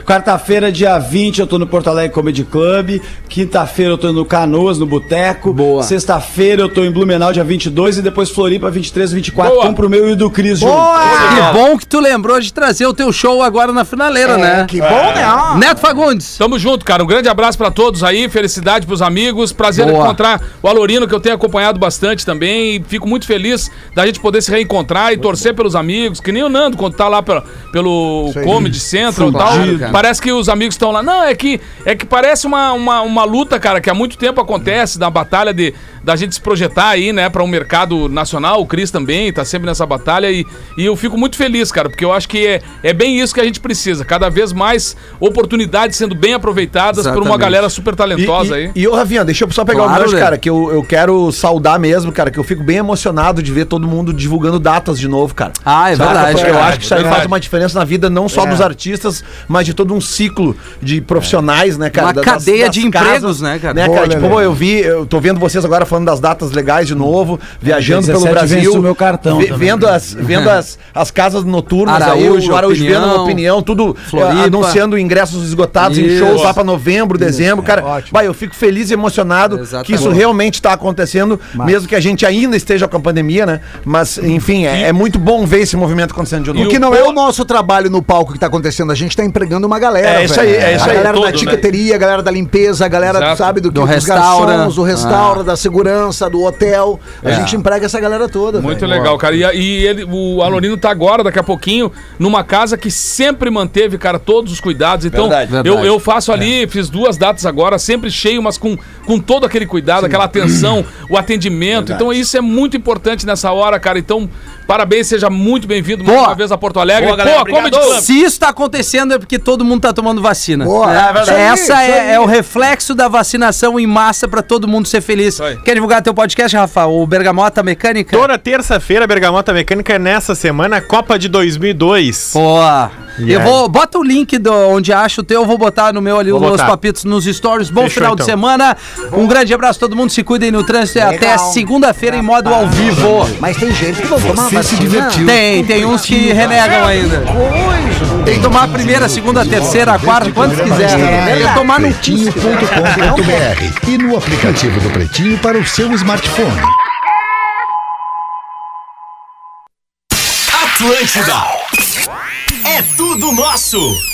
Quarta-feira, dia 20, eu tô no Porto Alegre Comedy Club. Quinta-feira eu tô no Canoas, no Boteco.
Boa.
Sexta-feira eu tô em Blumenau, dia 22, e depois Floripa, 23, 24.
Boa.
Compro o meu e o do Cris junto.
Que bom que tu lembrou de trazer o teu show agora na finaleira, né?
É, Que bom, né? ó?
Neto Fagundes.
Tamo junto, cara. Um grande abraço pra todos aí, felicidade pros amigos. Prazer em
Boa.
encontrar o Alorino, que eu tenho acompanhado bastante também. E fico muito feliz da gente poder se reencontrar e torcer pelos amigos. Que nem o Nando, quando tá lá pela- pelo Comedy Central e tal.
Fudido, cara.
Parece que os amigos estão lá. Não, é que, é que parece uma, uma, uma luta, cara, que há muito tempo acontece da batalha de, da gente se projetar aí, né, pra um mercado nacional. O Cris também tá sempre nessa batalha. E, e eu fico muito feliz, cara, porque eu acho que é, é bem isso que a gente precisa. Cada vez mais oportunidades sendo bem aproveitadas por uma
Exatamente.
galera super
E,
talentosa aí.
e, e ô, Rafinha, deixa eu só pegar
Claro,
o gancho,
velho.
cara, que eu, eu quero saudar mesmo, cara, que eu fico bem emocionado de ver todo mundo divulgando datas de novo, cara.
Ah, é verdade,
Porque eu
cara.
acho que isso aí faz uma diferença na vida não
É.
só dos artistas, mas de todo um ciclo de profissionais, né, cara?
Uma cadeia de empregos, né, cara?
Né,
Boa,
cara? Tipo, pô, eu vi, eu tô vendo vocês agora falando das datas legais de novo, viajando pelo
17 vence
Brasil.
o meu cartão
ve-
também,
vendo as, vendo as, as casas noturnas aí,
Araújo,
o Araújo
Opinião,
vendo opinião, tudo eh,
Floripa.
anunciando ingressos esgotados em
Isso. É,
shows lá pra novembro, dezembro, cara. Vai, eu fico feliz e emocionado
Exatamente.
que isso realmente está acontecendo, mesmo que a gente ainda esteja com a pandemia, né? Mas, enfim, é, é muito bom ver esse movimento acontecendo de novo.
Porque não é o nosso trabalho no palco que tá acontecendo, a gente tá empregando uma galera.
É isso
velho.
aí, é isso
A
aí,
galera da
todo, né?
tiqueteria, a galera da limpeza, a galera,
Exato.
sabe, do que
Do
dos
restaura.
garçons, do restaura, da
segurança, do hotel. A gente emprega essa galera toda.
Muito legal, cara. E, a- e ele, o Alorino tá agora, daqui a pouquinho, numa casa que sempre manteve, cara, todos os cuidados. Então,
Verdade,
eu, eu faço ali, fiz duas datas agora, sempre cheio, mas com, com todo aquele cuidado, aquela atenção, o atendimento. Então, isso é muito importante nessa hora, cara. Então, parabéns, seja muito bem-vindo mais
Boa.
uma vez a Porto Alegre.
Boa, galera,
Comedy
obrigado.
Club.
Se isso tá acontecendo é porque todo mundo tá tomando vacina.
Boa.
É,
É verdade. Isso
Essa
aí,
é,
isso aí.
é o reflexo da vacinação em massa pra todo mundo ser feliz.
aí.
Quer divulgar teu podcast, Rafa? O Bergamota Mecânica?
Toda terça-feira, Bergamota Mecânica, nessa semana, Copa de 2002.
Boa.
E
Eu
aí?
vou, bota o link do onde acha o teu, eu vou botar no meu ali
Vou
os meus
botar.
papitos nos stories. Bom
Fechou,
final de
então.
semana. Um grande abraço a todo mundo, se cuidem no trânsito e até segunda-feira em modo ao vivo.
Mas tem gente que não toma vacina.
Tem, É. tem uns que renegam ainda. Tem que tomar a primeira, segunda, terceira, a quarta, quantos quiser. É tomar no cu.
Pretinho.com.br e no aplicativo do Pretinho para o seu smartphone.
Atlântida. É tudo nosso.